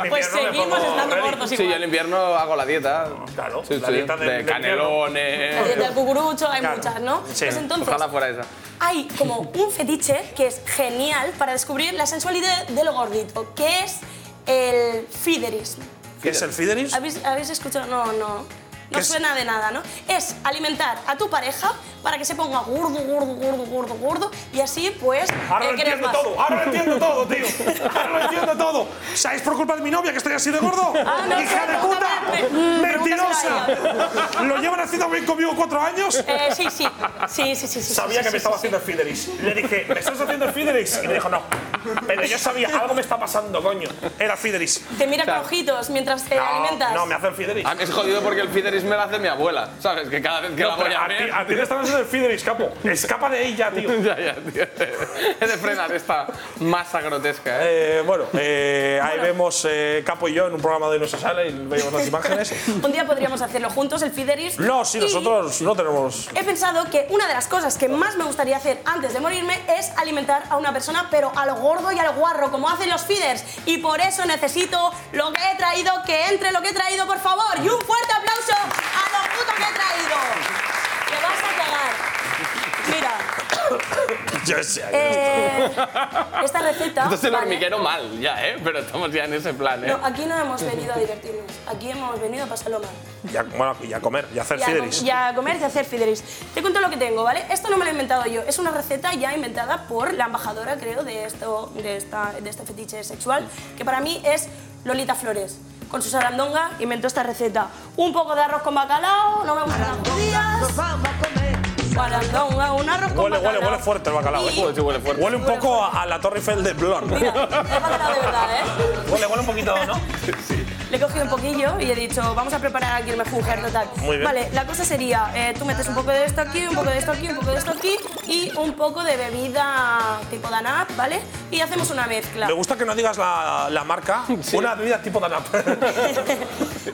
Speaker 6: en
Speaker 3: pues
Speaker 6: invierno me
Speaker 3: seguimos
Speaker 6: pongo
Speaker 3: estando
Speaker 6: ready.
Speaker 3: gordos
Speaker 7: Sí, yo en
Speaker 3: igual.
Speaker 7: invierno hago la dieta.
Speaker 6: Claro,
Speaker 7: Sí,
Speaker 6: la
Speaker 7: sí,
Speaker 6: dieta del-
Speaker 7: de
Speaker 6: del
Speaker 3: La
Speaker 7: canelones.
Speaker 3: dieta del cucurucho, hay
Speaker 6: Claro.
Speaker 3: muchas, ¿no?
Speaker 6: Sí,
Speaker 3: Pues entonces,
Speaker 7: Ojalá fuera esa.
Speaker 3: hay como un fetiche que es genial para descubrir la sensualidad de lo gordito, que es el fiderismo.
Speaker 6: ¿Qué es el fidelis?
Speaker 3: ¿Habéis, habéis escuchado? No, no.
Speaker 6: ¿Qué
Speaker 3: No
Speaker 6: es?
Speaker 3: suena de nada, ¿no? Es alimentar a tu pareja para que se ponga gordo, gordo, gordo, gordo, gordo y así pues
Speaker 6: Ahora
Speaker 3: eh,
Speaker 6: lo
Speaker 3: querer
Speaker 6: entiendo
Speaker 3: más.
Speaker 6: todo, ahora lo entiendo todo,
Speaker 3: [LAUGHS]
Speaker 6: tío. Ahora lo entiendo todo. O sea, es por culpa de mi novia que estoy así de gordo.
Speaker 3: Ah, no,
Speaker 6: ¡Hija
Speaker 3: sí,
Speaker 6: de puta!
Speaker 3: pregúntame, pre-
Speaker 6: ¡Mentirosa!
Speaker 3: pregúntaselo
Speaker 6: ¿Lo llevan haciendo bien conmigo cuatro años?
Speaker 3: Eh, sí, sí. Sí, sí, sí, sí.
Speaker 6: Sabía
Speaker 3: sí,
Speaker 6: que
Speaker 3: sí,
Speaker 6: me estaba
Speaker 3: sí,
Speaker 6: haciendo el Fidelis. Le dije, ¿me estás haciendo el Fidelis? Y me dijo, no. Pero yo sabía, algo me está pasando, coño. Era Fidelis.
Speaker 3: sí. Te mira con ojitos mientras te alimentas.
Speaker 6: No, no, me hace el Fidelis.
Speaker 7: A mí es jodido porque el fideris me lo hace mi abuela, ¿sabes? Que cada vez Ah, que la
Speaker 6: No,
Speaker 7: voy
Speaker 6: pero
Speaker 7: a
Speaker 6: a ti,
Speaker 7: ver.
Speaker 6: a ti te están haciendo el Fidelis, capo. Escapa de ella, tío.
Speaker 7: [LAUGHS] Ya, ya, tío. He de frenar esta masa grotesca, ¿eh?
Speaker 6: Eh, bueno, eh, ahí vemos eh, Capo y yo en un programa de nuestra sala y vemos
Speaker 3: [LAUGHS]
Speaker 6: las imágenes.
Speaker 3: Un día podríamos hacerlo juntos, el fideris.
Speaker 6: No, si
Speaker 3: y
Speaker 6: nosotros no tenemos
Speaker 3: He pensado que una de las cosas que más me gustaría hacer antes de morirme es alimentar a una persona, pero a lo gordo y a lo guarro, como hacen los feeders. Y por eso necesito lo que he traído, que entre lo que he traído, por favor. Y un fuerte aplauso a lo puto que he traído. Te vas a cagar. Mira,
Speaker 6: Yo sé.
Speaker 3: eh, esta receta.
Speaker 7: Esto es el
Speaker 3: vale.
Speaker 7: hormiguero mal, ya, ¿eh? Pero estamos ya en ese plan, ¿eh?
Speaker 3: No, aquí no hemos venido a divertirnos, aquí hemos venido a pasarlo mal.
Speaker 6: Ya, bueno, y a comer, y a hacer
Speaker 3: y a,
Speaker 6: fidelis.
Speaker 3: com- y a comer y a hacer fidelis. Te cuento lo que tengo, ¿vale? Esto no me lo he inventado yo, es una receta ya inventada por la embajadora, creo, de, esto, de, esta, de este fetiche sexual, que para mí es Lolita Flores. Con su sarandonga inventó esta receta. Un poco de arroz con bacalao, no me gustan las judías. Sarandonga, un arroz con
Speaker 6: Huele, huele,
Speaker 3: bacalao.
Speaker 6: huele fuerte el bacalao.
Speaker 3: Y-
Speaker 6: eh.
Speaker 7: Joder, sí, huele fuerte.
Speaker 6: Huele un poco a, a la Torre Eiffel de Blon.
Speaker 3: Mira, es bacalao de verdad, ¿eh?
Speaker 6: Huele, huele un poquito,
Speaker 3: [LAUGHS]
Speaker 6: ¿no?
Speaker 3: Le he cogido un poquillo y he dicho, vamos a preparar aquí el mejunjer total.
Speaker 6: Muy bien.
Speaker 3: Vale, la cosa sería, eh, tú metes un poco de esto aquí, un poco de esto aquí, un poco de esto aquí y un poco de bebida tipo Danap, ¿vale? Y hacemos una mezcla. [LAUGHS]
Speaker 6: Me gusta que no digas la, la marca. Una bebida tipo Danap.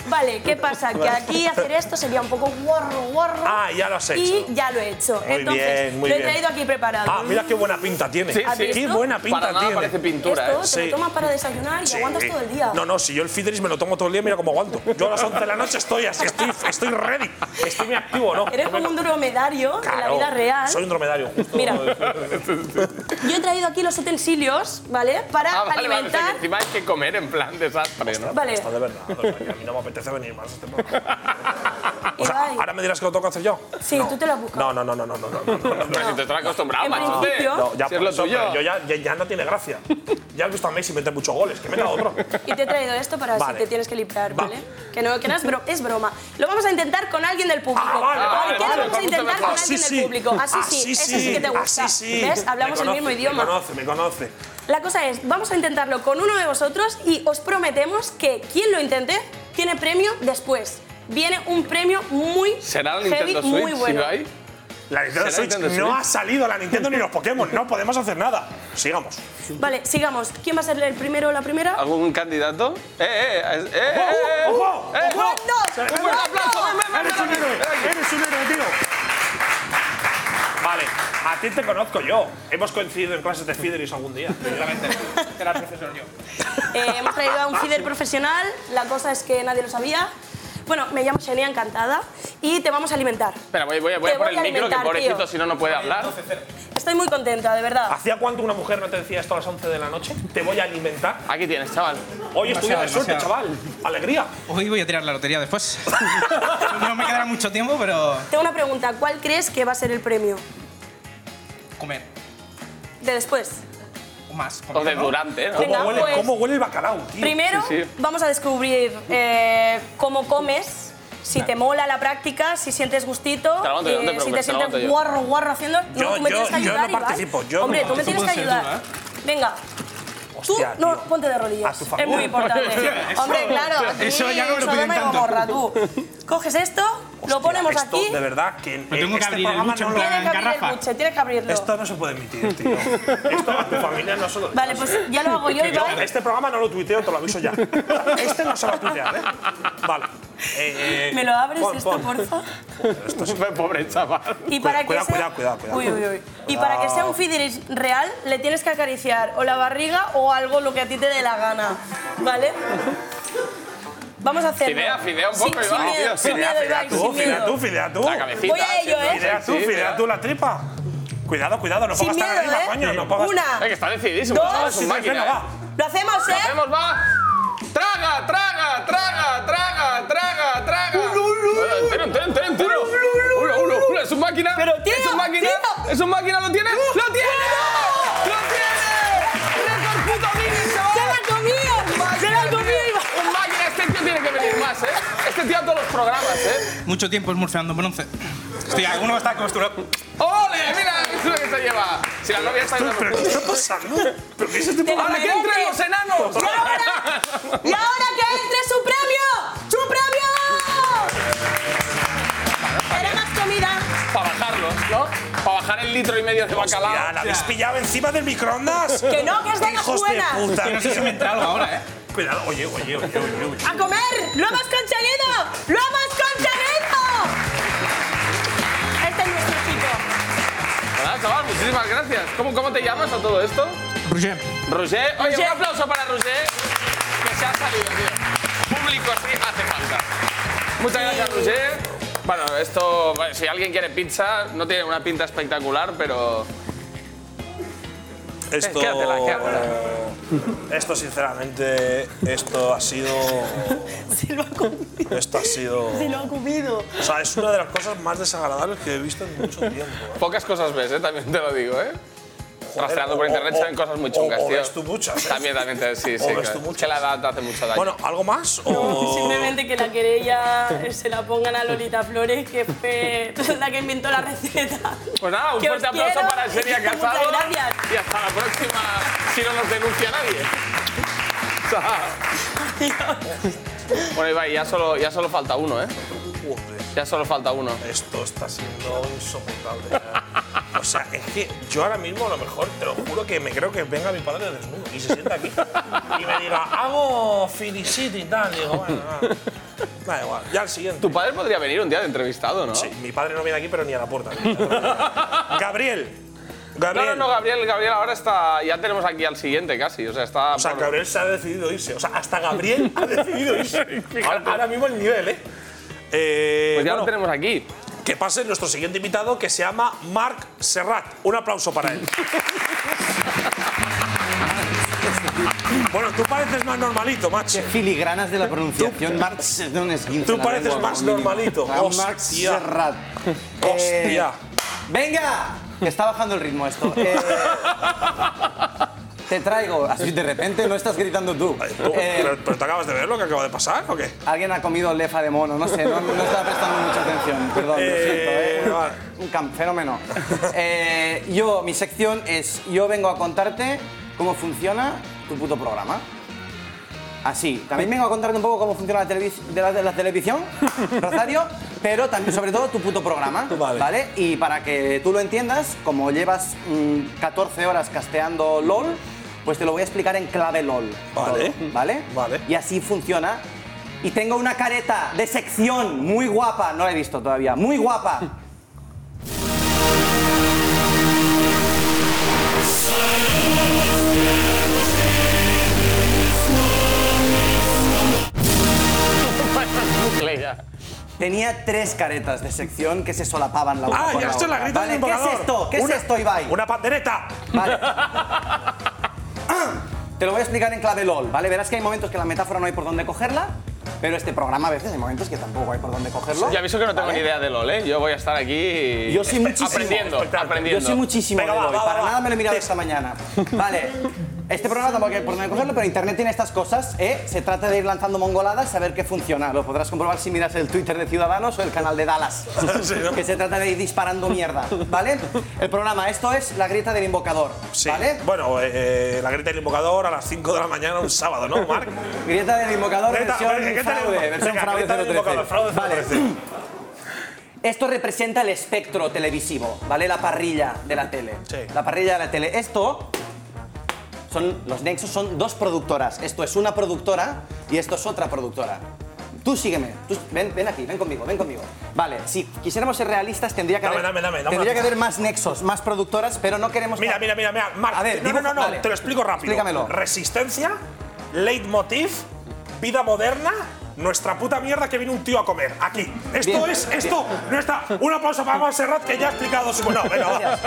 Speaker 3: Vale, ¿qué pasa? Que aquí hacer esto sería un poco guarro, guarro.
Speaker 6: Ah, ya lo has hecho.
Speaker 3: Y ya lo he hecho.
Speaker 6: Muy
Speaker 3: Entonces,
Speaker 6: bien, muy
Speaker 3: lo he
Speaker 6: bien.
Speaker 3: traído aquí preparado.
Speaker 6: Ah, mira qué buena pinta tiene.
Speaker 3: Sí, sí.
Speaker 6: Qué
Speaker 3: ¿Has
Speaker 6: buena
Speaker 3: visto?
Speaker 6: pinta
Speaker 7: Para nada
Speaker 6: tiene.
Speaker 7: parece pintura,
Speaker 3: Esto
Speaker 7: ¿eh?
Speaker 3: te
Speaker 6: Sí.
Speaker 3: lo tomas para desayunar y
Speaker 6: Sí.
Speaker 3: aguantas todo el día.
Speaker 6: No, no, si yo el Fidris me lo tomo todo el día, mira cómo aguanto. Yo a las 11 de la noche estoy así, estoy, estoy ready. Estoy muy activo, ¿no?
Speaker 3: Eres
Speaker 6: No me-
Speaker 3: como un dromedario en la
Speaker 6: Claro,
Speaker 3: vida real.
Speaker 6: Soy un dromedario. justo.
Speaker 3: Mira, yo he traído aquí los utensilios, ¿vale? Para
Speaker 7: Ah, vale, vale, o sea, que
Speaker 3: alimentar.
Speaker 7: encima hay que comer en plan desastre, ¿no?
Speaker 3: Vale,
Speaker 6: Está de verdad. o sea, que a mí no me apetece venir más a este programa. O sea,
Speaker 3: Ibai.
Speaker 6: ahora me dirás que lo tengo que hacer yo.
Speaker 3: Sí, tú te lo has buscado.
Speaker 6: No, no, no, no, no, no, no, no, no.
Speaker 7: Pero si te estás acostumbrado,
Speaker 3: En
Speaker 7: machote.
Speaker 3: principio-
Speaker 6: No, ya
Speaker 7: si es
Speaker 6: por
Speaker 7: lo
Speaker 6: eso,
Speaker 7: tuyo.
Speaker 6: pero yo ya, ya, ya no tiene gracia. Ya has visto a Messi meter muchos goles, que meta
Speaker 3: [LAUGHS]
Speaker 6: otro.
Speaker 3: Y te he traído esto para
Speaker 6: Vale.
Speaker 3: si te tienes que librar,
Speaker 6: Va.
Speaker 3: ¿vale? Que no, que no es, bro- es broma. Lo vamos a intentar con alguien del público.
Speaker 6: Ah, vale,
Speaker 3: ¿Por
Speaker 6: vale,
Speaker 3: qué
Speaker 6: vale,
Speaker 3: lo vamos
Speaker 7: me
Speaker 3: a
Speaker 7: gusta
Speaker 3: intentar
Speaker 7: mejor.
Speaker 3: con
Speaker 6: Así
Speaker 3: alguien
Speaker 6: Ah, sí.
Speaker 3: del público? Así, sí, ese sí que te gusta.
Speaker 6: Así sí.
Speaker 3: ¿Ves? Hablamos
Speaker 6: Me
Speaker 3: el mismo
Speaker 6: conoce,
Speaker 3: idioma.
Speaker 6: Me conoce, me conoce.
Speaker 3: La cosa es, vamos a intentarlo con uno de vosotros y os prometemos que quien lo intente tiene premio después. Viene un premio muy
Speaker 7: ¿Será el
Speaker 3: heavy,
Speaker 7: Nintendo
Speaker 3: muy
Speaker 7: Switch,
Speaker 3: bueno.
Speaker 7: Ibai?
Speaker 6: La Nintendo
Speaker 7: ¿Será
Speaker 6: Switch no
Speaker 7: Nintendo Switch?
Speaker 6: ha salido la Nintendo ni los Pokémon. No podemos hacer nada. Sigamos.
Speaker 3: Vale, sigamos. ¿Quién va a ser el primero o la primera?
Speaker 7: ¿Algún candidato? ¡Eh, eh, eh! eh, eh,
Speaker 6: ¡Ojo!
Speaker 7: eh,
Speaker 6: ¡Ojo!
Speaker 3: ¡No!
Speaker 7: ¡Un buen aplauso! ven, ven, ven,
Speaker 6: ¡Eres un
Speaker 7: ven,
Speaker 6: héroe!
Speaker 7: ven, ven.
Speaker 6: ¡Eres un héroe, tío! Vale, a ti te conozco yo. Hemos coincidido en clases de Fidelis algún día. Seguramente. Era profesor yo.
Speaker 3: Eh, hemos traído a un feeder profesional. La cosa es que nadie lo sabía. Bueno, me llamo Xenia, encantada. Y te vamos a alimentar.
Speaker 7: Espera, voy, voy, voy
Speaker 3: Te
Speaker 7: a por
Speaker 3: voy
Speaker 7: el
Speaker 3: a
Speaker 7: micro, que
Speaker 3: alimentar,
Speaker 7: pobrecito,
Speaker 3: tío.
Speaker 7: si no, no puede hablar.
Speaker 3: Estoy muy contenta, de verdad.
Speaker 6: ¿Hacía cuánto una mujer no te decía esto a las 11 de la noche? Te voy a alimentar.
Speaker 7: Aquí tienes, chaval.
Speaker 6: Hoy es tu día de
Speaker 11: Demasiado,
Speaker 6: suerte, chaval. Alegría.
Speaker 11: Hoy voy a tirar la lotería
Speaker 2: [LAUGHS]
Speaker 11: después. no me quedará mucho tiempo, pero
Speaker 3: Tengo una pregunta. ¿Cuál crees que va a ser el premio
Speaker 11: comer.
Speaker 3: de después?
Speaker 11: O más. comer,
Speaker 7: O de
Speaker 11: ¿no?
Speaker 7: durante, ¿no?
Speaker 3: Venga,
Speaker 6: ¿Cómo huele,
Speaker 3: pues-
Speaker 6: cómo huele el bacalao, tío?
Speaker 3: Primero
Speaker 7: Sí, sí.
Speaker 3: vamos a descubrir eh, cómo comes, si te mola la práctica, si sientes gustito, eh,
Speaker 7: Te lo aguanto yo, no te
Speaker 3: si te
Speaker 7: preocupes, te lo aguanto
Speaker 3: sientes
Speaker 7: yo.
Speaker 3: guarro, guarro haciendo.
Speaker 6: Yo-
Speaker 3: no, tú me
Speaker 6: yo-
Speaker 3: tienes que
Speaker 6: yo no
Speaker 3: ayudar, Ibai.
Speaker 6: participo, yo no
Speaker 3: Hombre, tú me
Speaker 11: participo.
Speaker 3: tienes que
Speaker 11: Eso puede ser
Speaker 3: ayudar.
Speaker 6: ¿eh?
Speaker 3: Venga.
Speaker 6: Hostia,
Speaker 3: tú no,
Speaker 6: tío.
Speaker 3: ponte de
Speaker 6: A
Speaker 3: rodillas.
Speaker 6: tu favor.
Speaker 3: Es
Speaker 6: [LAUGHS]
Speaker 3: muy importante.
Speaker 11: eso-
Speaker 3: Hombre, claro. aquí
Speaker 11: eso ya no me lo
Speaker 3: Sodoma
Speaker 11: piden
Speaker 3: y
Speaker 11: tanto.
Speaker 3: Gomorra, tú. Coges esto,
Speaker 6: Hostia,
Speaker 3: lo ponemos
Speaker 6: esto,
Speaker 3: aquí.
Speaker 6: De verdad, que en-
Speaker 11: Lo tengo que
Speaker 6: este
Speaker 11: abrir el
Speaker 6: programa
Speaker 11: buche,
Speaker 6: no
Speaker 11: en
Speaker 6: lo-
Speaker 11: plan-
Speaker 3: Tienes que abrir
Speaker 11: garrafa.
Speaker 3: el buche, tienes que abrirlo.
Speaker 6: Esto no se puede emitir,
Speaker 3: [LAUGHS]
Speaker 6: tío. Esto a tu familia no solo.
Speaker 3: Vale, pues ya lo
Speaker 6: [LAUGHS]
Speaker 3: hago yo,
Speaker 6: Yo
Speaker 3: Ibai.
Speaker 6: este programa no lo tuiteo, te lo aviso ya. Este no se va a tuitear, ¿eh? Vale. Eh, eh,
Speaker 3: ¿Me lo abres
Speaker 6: pon,
Speaker 3: esto,
Speaker 6: pon. [LAUGHS]
Speaker 3: porfa?
Speaker 7: Pobre chaval.
Speaker 3: Y para que
Speaker 6: cuidado,
Speaker 3: sea...
Speaker 6: cuidado, cuidado, cuidado.
Speaker 3: Uy, uy, uy. Y para que sea un fidelis real, le tienes que acariciar o la barriga o algo lo que a ti te dé la gana, ¿vale? Vamos a hacerlo.
Speaker 7: Fidea, fidea un poco,
Speaker 3: sin, sin
Speaker 7: Iván,
Speaker 3: miedo,
Speaker 7: tío,
Speaker 3: sin
Speaker 7: fidea,
Speaker 3: miedo,
Speaker 6: Fidea
Speaker 3: Iván, sin
Speaker 6: tú, fidea
Speaker 3: miedo.
Speaker 6: tú, fidea tú.
Speaker 7: La cabecita.
Speaker 3: Voy a ello, ¿eh?
Speaker 6: Fidea tú,
Speaker 7: Sí, sí,
Speaker 6: fidea tú la tripa. Cuidado, cuidado, no
Speaker 3: Sin
Speaker 6: pongas tan
Speaker 3: miedo,
Speaker 6: arriba,
Speaker 3: ¿eh?
Speaker 6: coño. No pongas.
Speaker 3: Una.
Speaker 7: Es que está decidísimo,
Speaker 3: Dos.
Speaker 7: chaval, es
Speaker 6: Sí,
Speaker 7: un
Speaker 6: sí,
Speaker 7: máquina.
Speaker 6: venga,
Speaker 7: ¿eh?
Speaker 6: va.
Speaker 3: Lo hacemos,
Speaker 7: Lo
Speaker 3: ¿eh?
Speaker 7: hacemos, va. Traga, traga, traga, traga, traga, traga. Bueno, Entero, entero, entero, entero. Ulo, ulo, ulo, Es un máquina.
Speaker 3: Pero,
Speaker 7: es
Speaker 3: tío,
Speaker 7: un máquina.
Speaker 3: tío.
Speaker 7: Es un máquina, ¿lo tienes? ¡Lo tienes! ¡Lo tienes! ¡Récord puto Guinness,
Speaker 3: ¡Se
Speaker 7: chaval!
Speaker 3: lo ha comido! ¡Se lo ha comido, Iván!
Speaker 7: Un máquina, este tío tiene que venir más, ¿eh? Este tío a todos los programas, ¿eh?
Speaker 11: Mucho tiempo esmurfeando bronce. Estoy, alguno va a estar acostumbrado.
Speaker 7: ¡Ole! Mira, es lo que se lleva. Si la novia está
Speaker 6: ¿Pero
Speaker 7: ayudando.
Speaker 6: qué está pasando? ¿Pero qué es este
Speaker 3: Te lo
Speaker 7: ¡Ahora que
Speaker 3: mereces.
Speaker 7: entren los enanos!
Speaker 3: ¡Y ahora! ¡Y ahora que entre su premio! ¡Su premio! ¡Será más comida!
Speaker 7: [LAUGHS] Para bajarlo, ¿no? Para bajar el litro y medio de
Speaker 6: Ya,
Speaker 7: bacalao.
Speaker 6: la habéis pillado encima del microondas.
Speaker 3: Que no, que es de las
Speaker 6: Hijos
Speaker 3: buenas.
Speaker 6: de puta.
Speaker 11: Que no sé si me entra algo ahora, ¿eh?
Speaker 6: Cuidado, oye, oye, oye, oye. oye.
Speaker 3: ¡A comer! ¡Lo hemos conseguido! ¡Lo hemos conseguido! Este es nuestro chico.
Speaker 7: Hola, chaval, muchísimas gracias. ¿Cómo, ¿Cómo te llamas a todo esto?
Speaker 11: Roger.
Speaker 7: Roger. Oye,
Speaker 3: Roger.
Speaker 7: un aplauso para Roger, que se ha salido, tío. Público así hace falta. Muchas gracias, Roger. Bueno, esto, bueno, si alguien quiere pizza, no tiene una pinta espectacular, pero...
Speaker 6: Esto,
Speaker 7: quédatela, quédatela.
Speaker 6: eh, esto sinceramente, esto ha sido,
Speaker 3: [LAUGHS] Se lo ha comido.
Speaker 6: esto ha sido,
Speaker 3: Se lo ha comido.
Speaker 6: o sea, es una de las cosas más desagradables que he visto en mucho tiempo. ¿eh?
Speaker 7: Pocas cosas ves, ¿eh? también te lo digo, ¿eh? Rastreando por
Speaker 6: o-
Speaker 7: internet
Speaker 6: o-
Speaker 7: saben cosas muy chungas,
Speaker 6: o- o
Speaker 7: tío.
Speaker 6: ves tú muchas, ¿eh?
Speaker 7: También, también, te- sí, sí.
Speaker 6: ves
Speaker 7: claro.
Speaker 6: tú
Speaker 7: Es que
Speaker 6: muchas.
Speaker 7: la edad te hace mucho daño.
Speaker 6: Bueno, algo más o
Speaker 3: Simplemente que la querella eh, se la pongan a Lolita Flores, que fue la que inventó la receta.
Speaker 7: pues nada, un
Speaker 3: que os
Speaker 7: fuerte aplauso
Speaker 3: quiero.
Speaker 7: para Xenia
Speaker 3: Muchas
Speaker 7: Casado.
Speaker 3: gracias.
Speaker 7: Y hasta la próxima, si no nos denuncia nadie. [LAUGHS] Chao. bueno, Ibai, ya solo, ya solo falta uno, ¿eh?
Speaker 6: Joder,
Speaker 7: Ya solo falta uno.
Speaker 6: esto está siendo insoportable. ya. ¿eh? O sea, es que yo ahora mismo a lo mejor te lo juro que me creo que venga mi padre desnudo y se sienta aquí y me diga, hago Felicity y tal. Digo, bueno, nada. da igual, ya el siguiente.
Speaker 7: Tu padre podría venir un día de entrevistado, ¿no?
Speaker 6: Sí, mi padre no viene aquí, pero ni a la puerta. [LAUGHS] Gabriel. Gabriel.
Speaker 7: No, no, no, Gabriel, Gabriel ahora está. Ya tenemos aquí al siguiente casi. O sea, está.
Speaker 6: O sea,
Speaker 7: por-
Speaker 6: Gabriel se ha decidido irse. O sea, hasta Gabriel ha decidido
Speaker 4: [LAUGHS]
Speaker 6: irse. ahora, ahora mismo el nivel, ¿eh? Eh,
Speaker 7: Pues ya lo
Speaker 6: bueno,
Speaker 7: tenemos aquí.
Speaker 6: Que pase nuestro siguiente invitado que se llama Marc Serrat. Un aplauso para
Speaker 4: [LAUGHS]
Speaker 6: él. bueno, tú pareces más normalito,
Speaker 4: Eh,
Speaker 6: macho.
Speaker 4: Filigranas de la pronunciación. Marx es de un esguince.
Speaker 6: Tú
Speaker 4: la
Speaker 6: pareces
Speaker 4: lengua,
Speaker 6: más
Speaker 4: como mínimo.
Speaker 6: normalito.
Speaker 4: O sea, un Marx
Speaker 6: Hostia.
Speaker 4: Serrat. Eh,
Speaker 6: Hostia.
Speaker 4: ¡Venga! Que está bajando el ritmo esto. Eh, te traigo. Así de repente no estás gritando tú.
Speaker 6: Tú,
Speaker 4: Eh,
Speaker 6: pero, pero te acabas de ver lo que acaba de pasar o qué?
Speaker 4: Alguien ha comido lefa de mono, no sé, no, no estaba prestando mucha atención. Perdón, lo siento,
Speaker 6: Eh,
Speaker 4: ¿eh?
Speaker 6: vale.
Speaker 4: Un cam- fenómeno. Eh, yo, mi sección es, yo vengo a contarte cómo funciona tu puto programa. Así, también vengo a contarte un poco cómo funciona la, televis- de la, de la
Speaker 6: [LAUGHS]
Speaker 4: televisión, Rosario, pero también, sobre todo, tu puto programa,
Speaker 6: Vale.
Speaker 4: vale. Y para que tú lo entiendas, como llevas mm, 14 horas casteando LOL, pues te lo voy a explicar en clave LOL.
Speaker 6: Vale.
Speaker 4: todo, ¿Vale?
Speaker 6: Vale.
Speaker 4: Y así funciona. Y tengo una careta de sección muy guapa, no la he visto todavía, muy guapa.
Speaker 7: Play ya.
Speaker 4: Tenía tres caretas de sección que se solapaban la una
Speaker 6: Ah,
Speaker 4: con
Speaker 6: ya
Speaker 4: la
Speaker 6: esto es la
Speaker 4: otra.
Speaker 6: grita
Speaker 4: Vale,
Speaker 6: del
Speaker 4: ¿Qué es
Speaker 6: invocador.
Speaker 4: esto? ¿Qué
Speaker 6: Una-
Speaker 4: es esto, Ibai?
Speaker 6: Una
Speaker 4: [LAUGHS]
Speaker 6: pandereta. [LAUGHS]
Speaker 4: Vale. Te lo voy a explicar en clave LOL, ¿vale? Verás que hay momentos que la metáfora no hay por dónde cogerla, pero este programa a veces hay momentos que tampoco hay por dónde cogerlo.
Speaker 7: Ya aviso que no tengo
Speaker 4: ¿vale?
Speaker 7: ni idea de LOL, ¿eh? Yo voy a estar aquí.
Speaker 4: Yo sí
Speaker 7: espe-
Speaker 4: muchísimo.
Speaker 7: Aprendiendo,
Speaker 6: Espectacular.
Speaker 7: aprendiendo.
Speaker 4: Yo sí muchísimo
Speaker 6: Venga,
Speaker 4: de
Speaker 6: va,
Speaker 4: LOL,
Speaker 6: va,
Speaker 4: para
Speaker 6: va.
Speaker 4: nada me lo he mirado
Speaker 6: Te-
Speaker 4: esta mañana. Vale. Este programa tampoco hay por dónde cogerlo, pero internet tiene estas cosas, ¿eh? Se trata de ir lanzando mongoladas a ver qué funciona. Lo podrás comprobar si miras el Twitter de Ciudadanos o el canal de Dallas.
Speaker 6: Sí, ¿no?
Speaker 4: Que se trata de ir disparando mierda, ¿vale? El programa, esto es la grieta del invocador,
Speaker 6: Sí.
Speaker 4: ¿vale?
Speaker 6: Bueno, eh, eh, la grita del invocador a las 5 de la mañana un sábado, ¿no, Marc?
Speaker 4: Grieta del invocador,
Speaker 6: Greta-
Speaker 4: versión
Speaker 6: Greta del
Speaker 4: fraude,
Speaker 6: Invocador.
Speaker 4: versión
Speaker 6: Venga,
Speaker 4: fraude
Speaker 6: Greta del
Speaker 4: 013.
Speaker 6: Invocador, fraude
Speaker 4: Vale.
Speaker 6: 013.
Speaker 4: Esto representa el espectro televisivo, ¿vale? La parrilla de la tele.
Speaker 6: Sí.
Speaker 4: La parrilla de la tele. Esto son los nexos son dos productoras. Esto es una productora y esto es otra productora. Tú sígueme, tú- ven, ven aquí, ven conmigo, ven conmigo. Vale, si quisiéramos ser realistas tendría que
Speaker 6: Dame,
Speaker 4: haber
Speaker 6: dame, dame, dame una
Speaker 4: tendría que
Speaker 6: pista.
Speaker 4: haber más nexos, más productoras, pero no queremos
Speaker 6: Mira, mira, mira, mira. Marc, eh,
Speaker 4: A ver,
Speaker 6: no, no, no,
Speaker 4: dibuja-
Speaker 6: no,
Speaker 4: vale.
Speaker 6: te lo explico rápido.
Speaker 4: Explícamelo.
Speaker 6: Resistencia, leitmotiv, vida moderna, nuestra puta mierda que viene un tío a comer. Aquí. Esto
Speaker 4: Bien,
Speaker 6: es, esto, no está. Una pausa para Montserrat que ya ha explicado su. No, venga, va.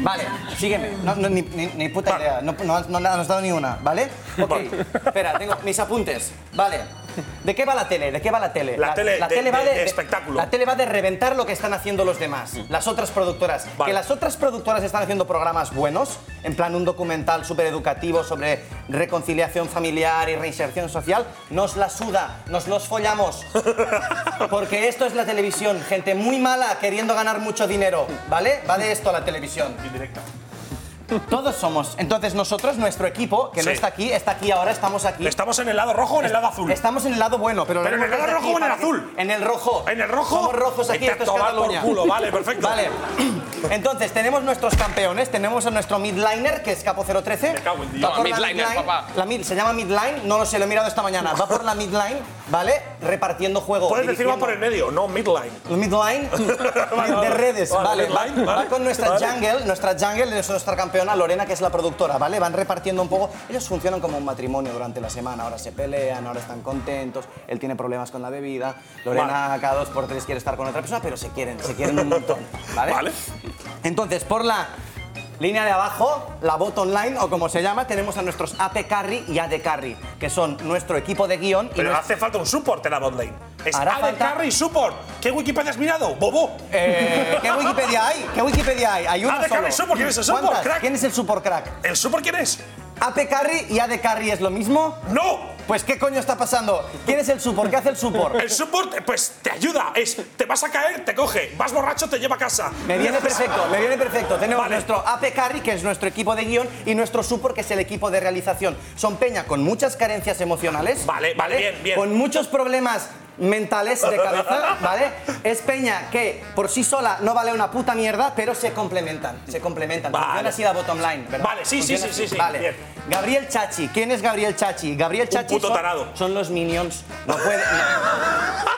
Speaker 4: Vale, sígueme. No, no, ni, ni- ni puta
Speaker 6: Vale.
Speaker 4: idea. No, no, has- no le has dado ni una, ¿vale? Ok.
Speaker 6: Vale.
Speaker 4: Espera, tengo mis apuntes. Vale. ¿De qué va la tele? ¿De qué va la tele?
Speaker 6: La tele de-
Speaker 4: va
Speaker 6: de- de espectáculo.
Speaker 4: La tele va de reventar lo que están haciendo los demás, las otras productoras.
Speaker 6: Vale.
Speaker 4: Que las otras productoras están haciendo programas buenos, en plan un documental súper educativo sobre reconciliación familiar y reinserción social, nos la suda, nos
Speaker 6: [LAUGHS]
Speaker 4: los follamos. Porque esto es la televisión, gente muy mala queriendo ganar mucho dinero, ¿vale? Va de esto la televisión. Todos somos. Entonces nosotros, nuestro equipo, que no
Speaker 6: Sí.
Speaker 4: está aquí, está aquí ahora, estamos aquí.
Speaker 6: Estamos en el lado rojo o en el lado azul.
Speaker 4: Estamos en el lado bueno, pero... lo
Speaker 6: Pero en el
Speaker 4: vemos
Speaker 6: lado rojo
Speaker 4: desde aquí,
Speaker 6: o en el
Speaker 4: para que-
Speaker 6: azul.
Speaker 4: En el rojo.
Speaker 6: ¿En el rojo?
Speaker 4: Somos rojos aquí,
Speaker 6: Vete a
Speaker 4: esto es
Speaker 6: tomar por
Speaker 4: Cataluña.
Speaker 6: culo, vale, perfecto.
Speaker 4: Vale. [CLEARS THROAT] Entonces, tenemos nuestros campeones. Tenemos a nuestro midliner, que es Capo 013.
Speaker 6: Me cago en Dios.
Speaker 4: Va por
Speaker 7: Toma,
Speaker 4: la
Speaker 7: midliner,
Speaker 4: midline.
Speaker 7: papá.
Speaker 4: La mid, se llama midline, no lo sé, lo he mirado esta mañana. Va por la midline, ¿va¿vale? Repartiendo juego.
Speaker 6: Puedes decir va
Speaker 4: dirigiendo.
Speaker 6: por el medio, no midline.
Speaker 4: El midline
Speaker 6: [LAUGHS] Vale, vale.
Speaker 4: de redes,
Speaker 6: Vale,
Speaker 4: vale.
Speaker 6: midline,
Speaker 4: va,
Speaker 6: vale.
Speaker 4: va con nuestra
Speaker 6: Vale.
Speaker 4: jungle, nuestra jungle es nuestra campeona Lorena, que es la productora, ¿vale? Van repartiendo un poco. Ellos funcionan como un matrimonio durante la semana. Ahora se pelean, ahora están contentos. Él tiene problemas con la bebida. Lorena cada dos por tres quiere estar con otra persona, pero se quieren, se quieren un montón, ¿vale?
Speaker 6: Vale.
Speaker 4: Entonces, por la línea de abajo, la bot online o como se llama, tenemos a nuestros AP carry y AD carry, que son nuestro equipo de guión y
Speaker 6: Pero
Speaker 4: nuestro-
Speaker 6: hace falta un support en la botlane. Es
Speaker 4: Hará
Speaker 6: AD
Speaker 4: falta-
Speaker 6: Carry Support. ¿Qué Wikipedia has mirado, bobo?
Speaker 4: Eh, ¿Qué Wikipedia hay? ¿Qué Wikipedia hay? Hay una
Speaker 6: Ah, de
Speaker 4: solo.
Speaker 6: Carrie Support, ¿quién es el
Speaker 4: ¿Cuántas?
Speaker 6: Support, crack?
Speaker 4: ¿Quién es el Support Crack?
Speaker 6: ¿El support quién es?
Speaker 4: ¿AP Carry y AD Carry es lo mismo?
Speaker 6: ¡No!
Speaker 4: Pues ¿qué coño está pasando? ¿Quién es el Support? ¿Qué hace el Support?
Speaker 6: El support, pues te ayuda. Es, te vas a caer, te coge. Vas borracho, te lleva a casa.
Speaker 4: Me viene perfecto, me viene perfecto. Tenemos
Speaker 6: Vale.
Speaker 4: nuestro AP Carry, que es nuestro equipo de guión, y nuestro Support, que es el equipo de realización. Son peña con muchas carencias emocionales.
Speaker 6: Vale, vale, bien, bien.
Speaker 4: Con muchos problemas mm, mentales de cabeza, ¿vale? Es peña que por sí sola no vale una puta mierda, pero se complementan, se complementan.
Speaker 6: Vale.
Speaker 4: Funciona así la bottom line, ¿verdad?
Speaker 6: Vale, sí, sí,
Speaker 4: Funciona
Speaker 6: sí,
Speaker 4: así.
Speaker 6: sí, sí,
Speaker 4: Vale.
Speaker 6: bien.
Speaker 4: Gabriel Chachi, ¿quién es Gabriel Chachi? Gabriel Chachi
Speaker 6: puto
Speaker 4: son,
Speaker 6: tarado.
Speaker 4: son los minions. No puede- no.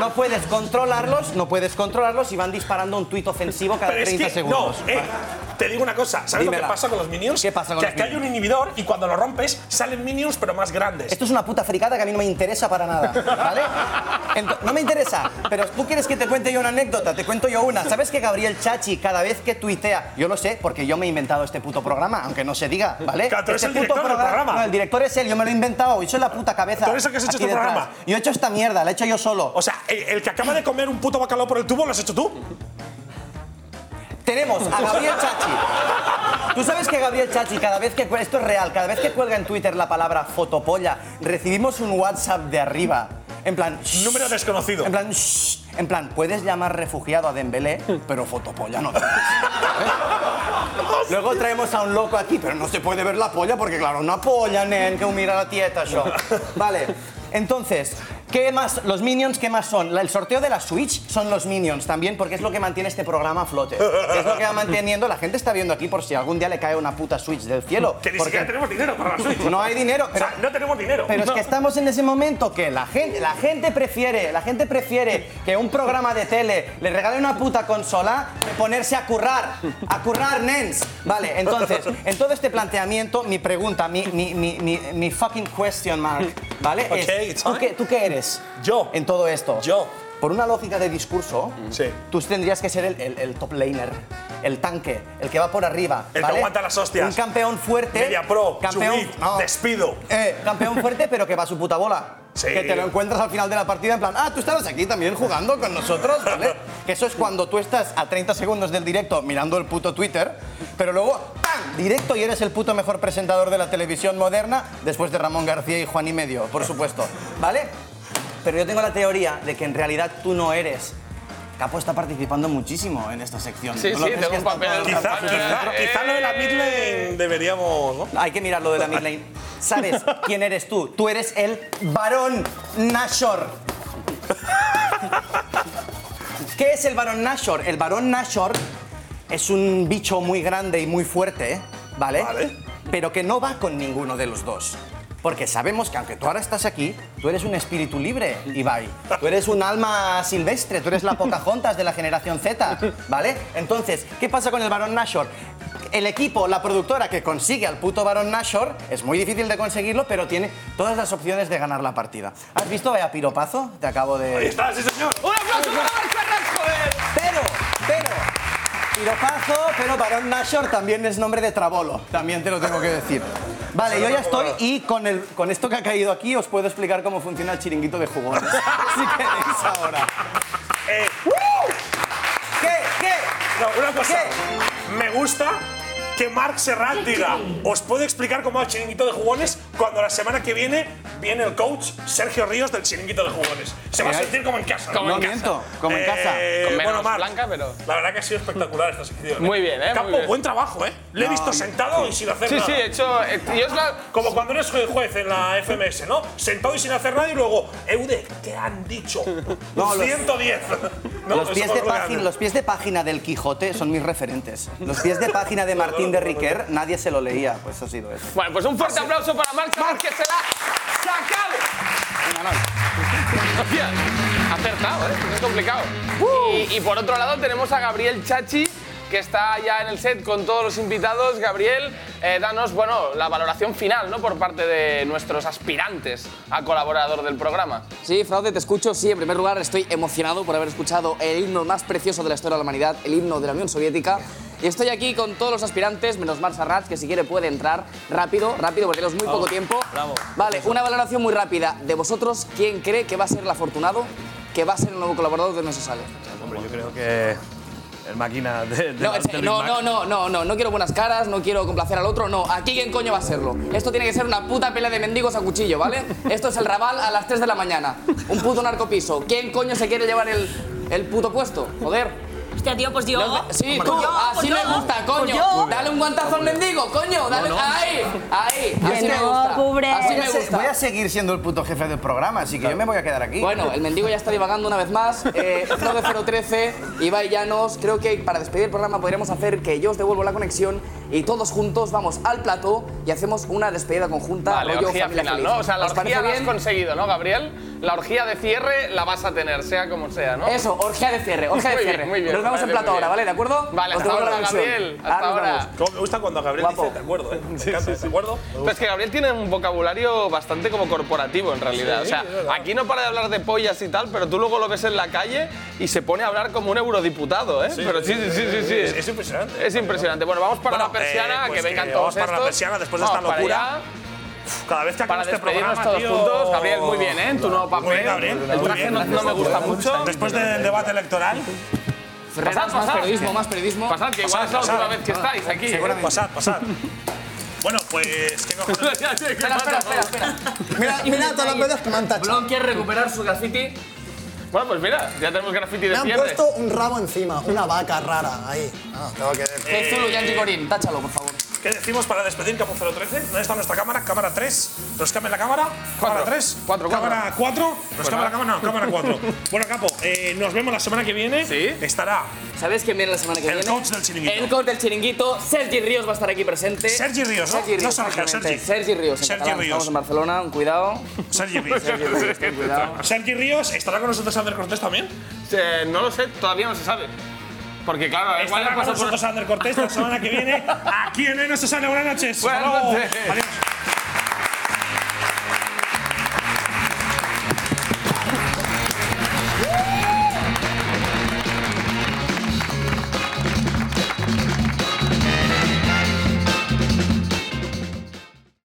Speaker 4: No puedes controlarlos, no puedes controlarlos y van disparando un tuit ofensivo cada
Speaker 6: Pero es
Speaker 4: 30
Speaker 6: que,
Speaker 4: segundos.
Speaker 6: no, eh, te digo una cosa, ¿sabes lo
Speaker 4: Dímela.
Speaker 6: que pasa con los minions?
Speaker 4: ¿Qué pasa con
Speaker 6: que
Speaker 4: los
Speaker 6: aquí hay un inhibidor y cuando lo rompes salen minions pero más grandes.
Speaker 4: Esto es una puta fricada que a mí no me interesa para nada, ¿vale? Ento- no me interesa, pero tú quieres que te cuente yo una anécdota, te cuento yo una. ¿Sabes que Gabriel Chachi, cada vez que tuitea, yo lo sé porque yo me he inventado este puto programa, aunque no se diga, ¿vale?
Speaker 6: Claro, tú eres
Speaker 4: este
Speaker 6: el director del programa.
Speaker 4: No, el director es él, yo me lo he inventado, he hecho la puta cabeza.
Speaker 6: Tú eres el que has hecho
Speaker 4: aquí
Speaker 6: este
Speaker 4: detrás.
Speaker 6: programa.
Speaker 4: Yo he hecho esta mierda, la he hecho yo solo.
Speaker 6: O sea, el, el que acaba de comer un puto bacalao por el tubo lo has hecho tú.
Speaker 4: Tenemos a Gabriel Chachi. Tú sabes que Gabriel Chachi, cada vez que cuelga, esto es real, cada vez que cuelga en Twitter la palabra fotopolla, recibimos un WhatsApp de arriba. En plan, "Shh".
Speaker 6: Número desconocido.
Speaker 4: En plan, "Shh". en plan, puedes llamar refugiado a Dembélé, pero
Speaker 6: [LAUGHS]
Speaker 4: fotopolla no. ¿sabes? Luego traemos a un loco aquí, pero no se puede ver la polla porque, claro, una polla, nen, que un mira la tieta, yo. Vale, entonces, ¿qué más? Los Minions, ¿qué más son? La- El sorteo de la Switch son los Minions también porque es lo que mantiene este programa a flote. Es lo que va manteniendo, la gente está viendo aquí por si algún día le cae una puta Switch del cielo.
Speaker 6: Que ni
Speaker 4: porque
Speaker 6: siquiera tenemos dinero para la Switch.
Speaker 4: No hay dinero, pero...
Speaker 6: O sea, no tenemos dinero.
Speaker 4: Pero es
Speaker 6: No.
Speaker 4: que estamos en ese momento que la gente, la gente prefiere, la gente prefiere que un programa de tele le regale una puta consola que ponerse a currar, a currar nens. Vale, entonces, en todo este planteamiento, mi pregunta, mi, mi, mi, mi, mi fucking question mark, ¿vale?
Speaker 6: [LAUGHS] Ok, it's
Speaker 4: ¿tú,
Speaker 6: fine.
Speaker 4: qué, ¿Tú qué eres?
Speaker 6: Yo.
Speaker 4: En todo esto.
Speaker 6: Yo. Mm.
Speaker 4: Por una lógica de discurso,
Speaker 6: Sí.
Speaker 4: tú tendrías que ser el, el- el top laner, el tanque, el que va por arriba.
Speaker 6: El que
Speaker 4: ¿vale?
Speaker 6: aguanta las hostias.
Speaker 4: Un campeón fuerte.
Speaker 6: Media pro, subid,
Speaker 4: no.
Speaker 6: despido.
Speaker 4: Eh, campeón fuerte, pero que va a su puta bola.
Speaker 6: Sí.
Speaker 4: Que te lo encuentras al final de la partida en plan, ah, tú estabas aquí también jugando con nosotros, ¿vale? que eso es cuando tú estás a 30 segundos del directo mirando el puto Twitter, pero luego, ¡pam! Directo y eres el puto mejor presentador de la televisión moderna después de Ramón García y Juan y Medio, por supuesto, ¿vale? Pero yo tengo la teoría de que en realidad tú no eres. Capo está participando muchísimo en esta sección.
Speaker 7: Sí,
Speaker 4: ¿No
Speaker 7: sí,
Speaker 4: lo crees
Speaker 7: tengo
Speaker 4: que
Speaker 7: un
Speaker 4: está
Speaker 7: papel
Speaker 4: todo el
Speaker 7: en el
Speaker 4: rato
Speaker 6: Quizá,
Speaker 7: campaña,
Speaker 4: dentro?
Speaker 6: quizá,
Speaker 7: eh.
Speaker 6: quizá lo de la mid lane deberíamos, ¿no?
Speaker 4: Hay que mirar lo de la mid lane. ¿Sabes quién eres tú? Tú eres el varón Nashor. ¿Qué es el varón Nashor? El varón Nashor es un bicho muy grande y muy fuerte, ¿vale?
Speaker 6: Vale.
Speaker 4: Pero que no va con ninguno de los dos. Porque sabemos que aunque tú ahora estás aquí, tú eres un espíritu libre, Ibai. Tú eres un alma silvestre, tú eres la Pocahontas de la generación Z, ¿vale? Entonces, ¿qué pasa con el varón Nashor? El equipo, la productora que consigue al puto varón Nashor, es muy difícil de conseguirlo, pero tiene todas las opciones de ganar la partida. ¿Has visto? Vaya piropazo, te acabo de...
Speaker 6: Ahí está, sí, señor.
Speaker 7: ¡Un aplauso para Marc Ferrer, joder!
Speaker 4: Pero, pero, piropazo, pero Barón Nashor también es nombre de Trabolo. También te lo tengo que decir. Vale, yo ya estoy y con, el, con esto que ha caído aquí os puedo explicar cómo funciona el chiringuito de jugones. [LAUGHS] si queréis ahora. ¡Uh!
Speaker 6: Eh,
Speaker 4: ¿Qué? ¿Qué?
Speaker 6: no, una cosa. Me gusta que Marc Serrat diga, os puedo explicar cómo va el chiringuito de jugones cuando la semana que viene viene el coach Sergio Ríos del chiringuito de jugones. Se va a
Speaker 4: Sí, hay-
Speaker 6: sentir como en casa.
Speaker 7: Como
Speaker 4: no
Speaker 7: en casa.
Speaker 4: miento, como en
Speaker 6: Eh,
Speaker 4: casa.
Speaker 7: Con menos
Speaker 6: bueno, Marc,
Speaker 7: blanca, pero-
Speaker 6: La verdad que ha sido espectacular esta sección.
Speaker 7: Muy bien, eh, muy
Speaker 6: Campo,
Speaker 7: bien.
Speaker 6: buen trabajo, ¿eh? Le he visto sentado y sin hacer
Speaker 7: Sí,
Speaker 6: nada.
Speaker 7: sí, he hecho. eh, Yo es la.
Speaker 6: Como cuando eres jue- juez en la FMS, ¿no? Sentado y sin hacer nada y luego, Eude, ¿qué han dicho?
Speaker 4: No,
Speaker 6: [LAUGHS]
Speaker 4: los-
Speaker 6: 110.
Speaker 4: los,
Speaker 6: eso
Speaker 4: pies
Speaker 6: me
Speaker 4: de
Speaker 6: acuerdo que
Speaker 4: página,
Speaker 6: eran.
Speaker 4: los pies de página del Quijote son mis referentes. Los pies de página de Martín de Riquer, nadie se lo leía. Pues ha sido eso.
Speaker 7: Bueno, pues un fuerte aplauso para Marc Ferrer, que se la ha sacado. Hostia, acertado, ¿eh? No es complicado. Y, y por otro lado tenemos a Gabriel Chachi, que está ya en el set con todos los invitados. Gabriel, eh, danos, bueno, la valoración final, ¿no? Por parte de nuestros aspirantes a colaborador del programa.
Speaker 5: Sí, Fraude, te escucho. Sí, en primer lugar, estoy emocionado por haber escuchado el himno más precioso de la historia de la humanidad, el himno de la Unión Soviética. Y estoy aquí con todos los aspirantes, menos Marc Sarrat, que si quiere puede entrar rápido, rápido, porque tenemos muy poco tiempo. Vale, una valoración muy rápida. De vosotros, ¿quién cree que va a ser el afortunado, que va a ser el nuevo colaborador de No se sale?
Speaker 2: Hombre, yo creo que. El máquina de, de
Speaker 5: No,
Speaker 2: la-
Speaker 5: en serio,
Speaker 2: del
Speaker 5: no,
Speaker 2: Big
Speaker 5: no,
Speaker 2: Mac.
Speaker 5: no, no, no, no quiero buenas caras, no quiero complacer al otro, no. Aquí quién coño va a serlo. Esto tiene que ser una puta pelea de mendigos a cuchillo, ¿vale? Esto es el Raval a las 3 de la mañana. Un puto narcopiso. ¿Quién coño se quiere llevar el, el puto puesto? Joder.
Speaker 3: Hostia, tío, pues yo.
Speaker 5: Sí,
Speaker 3: Pues
Speaker 5: tú,
Speaker 3: yo, pues
Speaker 5: así
Speaker 3: yo,
Speaker 5: me gusta,
Speaker 3: pues
Speaker 5: coño.
Speaker 3: yo.
Speaker 5: Dale un guantazo al mendigo, coño. Dale,
Speaker 4: no.
Speaker 5: ahí, ahí. Así me gusta. Así me gusta.
Speaker 4: Voy a seguir siendo el puto jefe del programa, así que yo me voy a quedar aquí.
Speaker 5: Bueno, el mendigo ya está divagando una vez más. Eh, 9013, Ibai Llanos. Creo que para despedir el programa podríamos hacer que yo os devuelvo la conexión y todos juntos vamos al plató y hacemos una despedida conjunta.
Speaker 7: Vale,
Speaker 5: Ah, rollo
Speaker 7: orgía
Speaker 5: familia
Speaker 7: final,
Speaker 5: feliz.
Speaker 7: ¿no? O sea, la
Speaker 5: ¿Os parece
Speaker 7: orgía la has
Speaker 5: bien?
Speaker 7: conseguido, ¿no, Gabriel? La orgía de cierre la vas a tener, sea como sea, ¿no?
Speaker 5: Eso, orgía de cierre, orgía de
Speaker 7: Muy bien,
Speaker 5: cierre.
Speaker 7: muy bien,
Speaker 5: Nos vemos
Speaker 7: me
Speaker 5: en
Speaker 7: parece
Speaker 5: plato
Speaker 7: muy
Speaker 5: ahora,
Speaker 7: bien.
Speaker 5: ¿vale? ¿De acuerdo?
Speaker 7: Vale,
Speaker 5: Os
Speaker 7: hasta
Speaker 5: devuelvo la
Speaker 7: ahora,
Speaker 5: conexión.
Speaker 7: Gabriel. Hasta
Speaker 5: nos
Speaker 7: ahora.
Speaker 5: vamos.
Speaker 6: Como me gusta cuando Gabriel
Speaker 5: Guapo.
Speaker 6: dice, de acuerdo, ¿eh? Me encanta, ¿de acuerdo?
Speaker 7: Pero es que Gabriel tiene un vocabulario bastante como corporativo en realidad. o sea, aquí no para de hablar de pollas y tal, pero tú luego lo ves en la calle y se pone a hablar como un eurodiputado, ¿eh? pero sí, sí, sí, sí. sí.
Speaker 6: Es, es impresionante.
Speaker 7: Es impresionante. Bueno, vamos para
Speaker 6: Bueno,
Speaker 7: la persiana,
Speaker 6: eh, pues
Speaker 7: que vengan
Speaker 6: que
Speaker 7: todos
Speaker 6: vamos para la
Speaker 7: estos.
Speaker 6: persiana después de
Speaker 7: Vamos
Speaker 6: esta
Speaker 7: para
Speaker 6: locura.
Speaker 7: allá.
Speaker 6: Cada vez que acaba
Speaker 7: Para
Speaker 6: este
Speaker 7: despedirnos
Speaker 6: programa,
Speaker 7: todos
Speaker 6: tío.
Speaker 7: juntos, Gabriel, muy bien, ¿eh? En tu nuevo papel.
Speaker 6: Muy bien, Gabriel.
Speaker 7: El
Speaker 6: muy
Speaker 7: traje
Speaker 6: bien.
Speaker 7: no, no me gusta mucho.
Speaker 6: Después del debate electoral,
Speaker 5: Ferreras,
Speaker 7: Pasad,
Speaker 5: más
Speaker 7: pasad.
Speaker 5: periodismo, más periodismo.
Speaker 7: Pasad, que igual es la
Speaker 6: pasad.
Speaker 7: última vez que estáis aquí. ¿eh? [LAUGHS]
Speaker 6: pasad, pasad. Bueno, pues, ¿qué cojones?
Speaker 7: Ya sé que
Speaker 5: Espera, espera,
Speaker 7: pasa.
Speaker 5: espera, espera.
Speaker 1: Mira, mira todas las veces que me han tachado.
Speaker 5: Blon quiere recuperar su graffiti.
Speaker 7: Bueno, pues mira, ya tenemos graffiti
Speaker 1: Me
Speaker 7: de
Speaker 1: han
Speaker 7: cierre. [LAUGHS]
Speaker 1: puesto un rabo encima, una vaca rara ahí. Ah, tengo que.
Speaker 5: Que Zulu Yanji Corín, táchalo, por favor.
Speaker 6: ¿Qué decimos para despedir Capo 013? ¿Dónde está nuestra cámara? Cámara 3. ¿Nos cambia la cámara?
Speaker 7: Cuatro.
Speaker 6: Cámara 3.
Speaker 7: Cuatro, cuatro.
Speaker 6: Cámara 4.
Speaker 7: Pues
Speaker 6: ¿Nos cambia la cámara? No, cámara
Speaker 7: [LAUGHS]
Speaker 6: 4. bueno, Capo, eh, nos vemos la semana que viene.
Speaker 7: Sí.
Speaker 6: Estará
Speaker 5: ¿Sabéis quién viene la semana que
Speaker 6: el
Speaker 5: viene?
Speaker 6: coach del chiringuito.
Speaker 5: El coach del chiringuito, Sergi Ríos va a estar aquí presente.
Speaker 6: Sergi Ríos, ¿no?
Speaker 5: Sergi Ríos,
Speaker 6: No Sergio,
Speaker 5: exactamente.
Speaker 6: Sergi.
Speaker 5: Sergi Ríos, en
Speaker 6: Sergi
Speaker 5: catalán.
Speaker 6: Ríos.
Speaker 5: Estamos en Barcelona, un cuidado.
Speaker 6: Sergi Ríos.
Speaker 5: Ten
Speaker 6: [LAUGHS]
Speaker 5: cuidado.
Speaker 6: Sergi Ríos, ¿estará con nosotros Ander Cortés también?
Speaker 7: Eh, no lo sé, todavía no se sabe. Porque claro, igual le
Speaker 6: Estará con
Speaker 7: pasa
Speaker 5: [LAUGHS]
Speaker 7: por
Speaker 6: nosotros Ander Cortés la semana que viene. Aquí en Enosos Buenas noches.
Speaker 7: Buenas
Speaker 6: Hasta luego.
Speaker 7: noches.
Speaker 6: Adiós.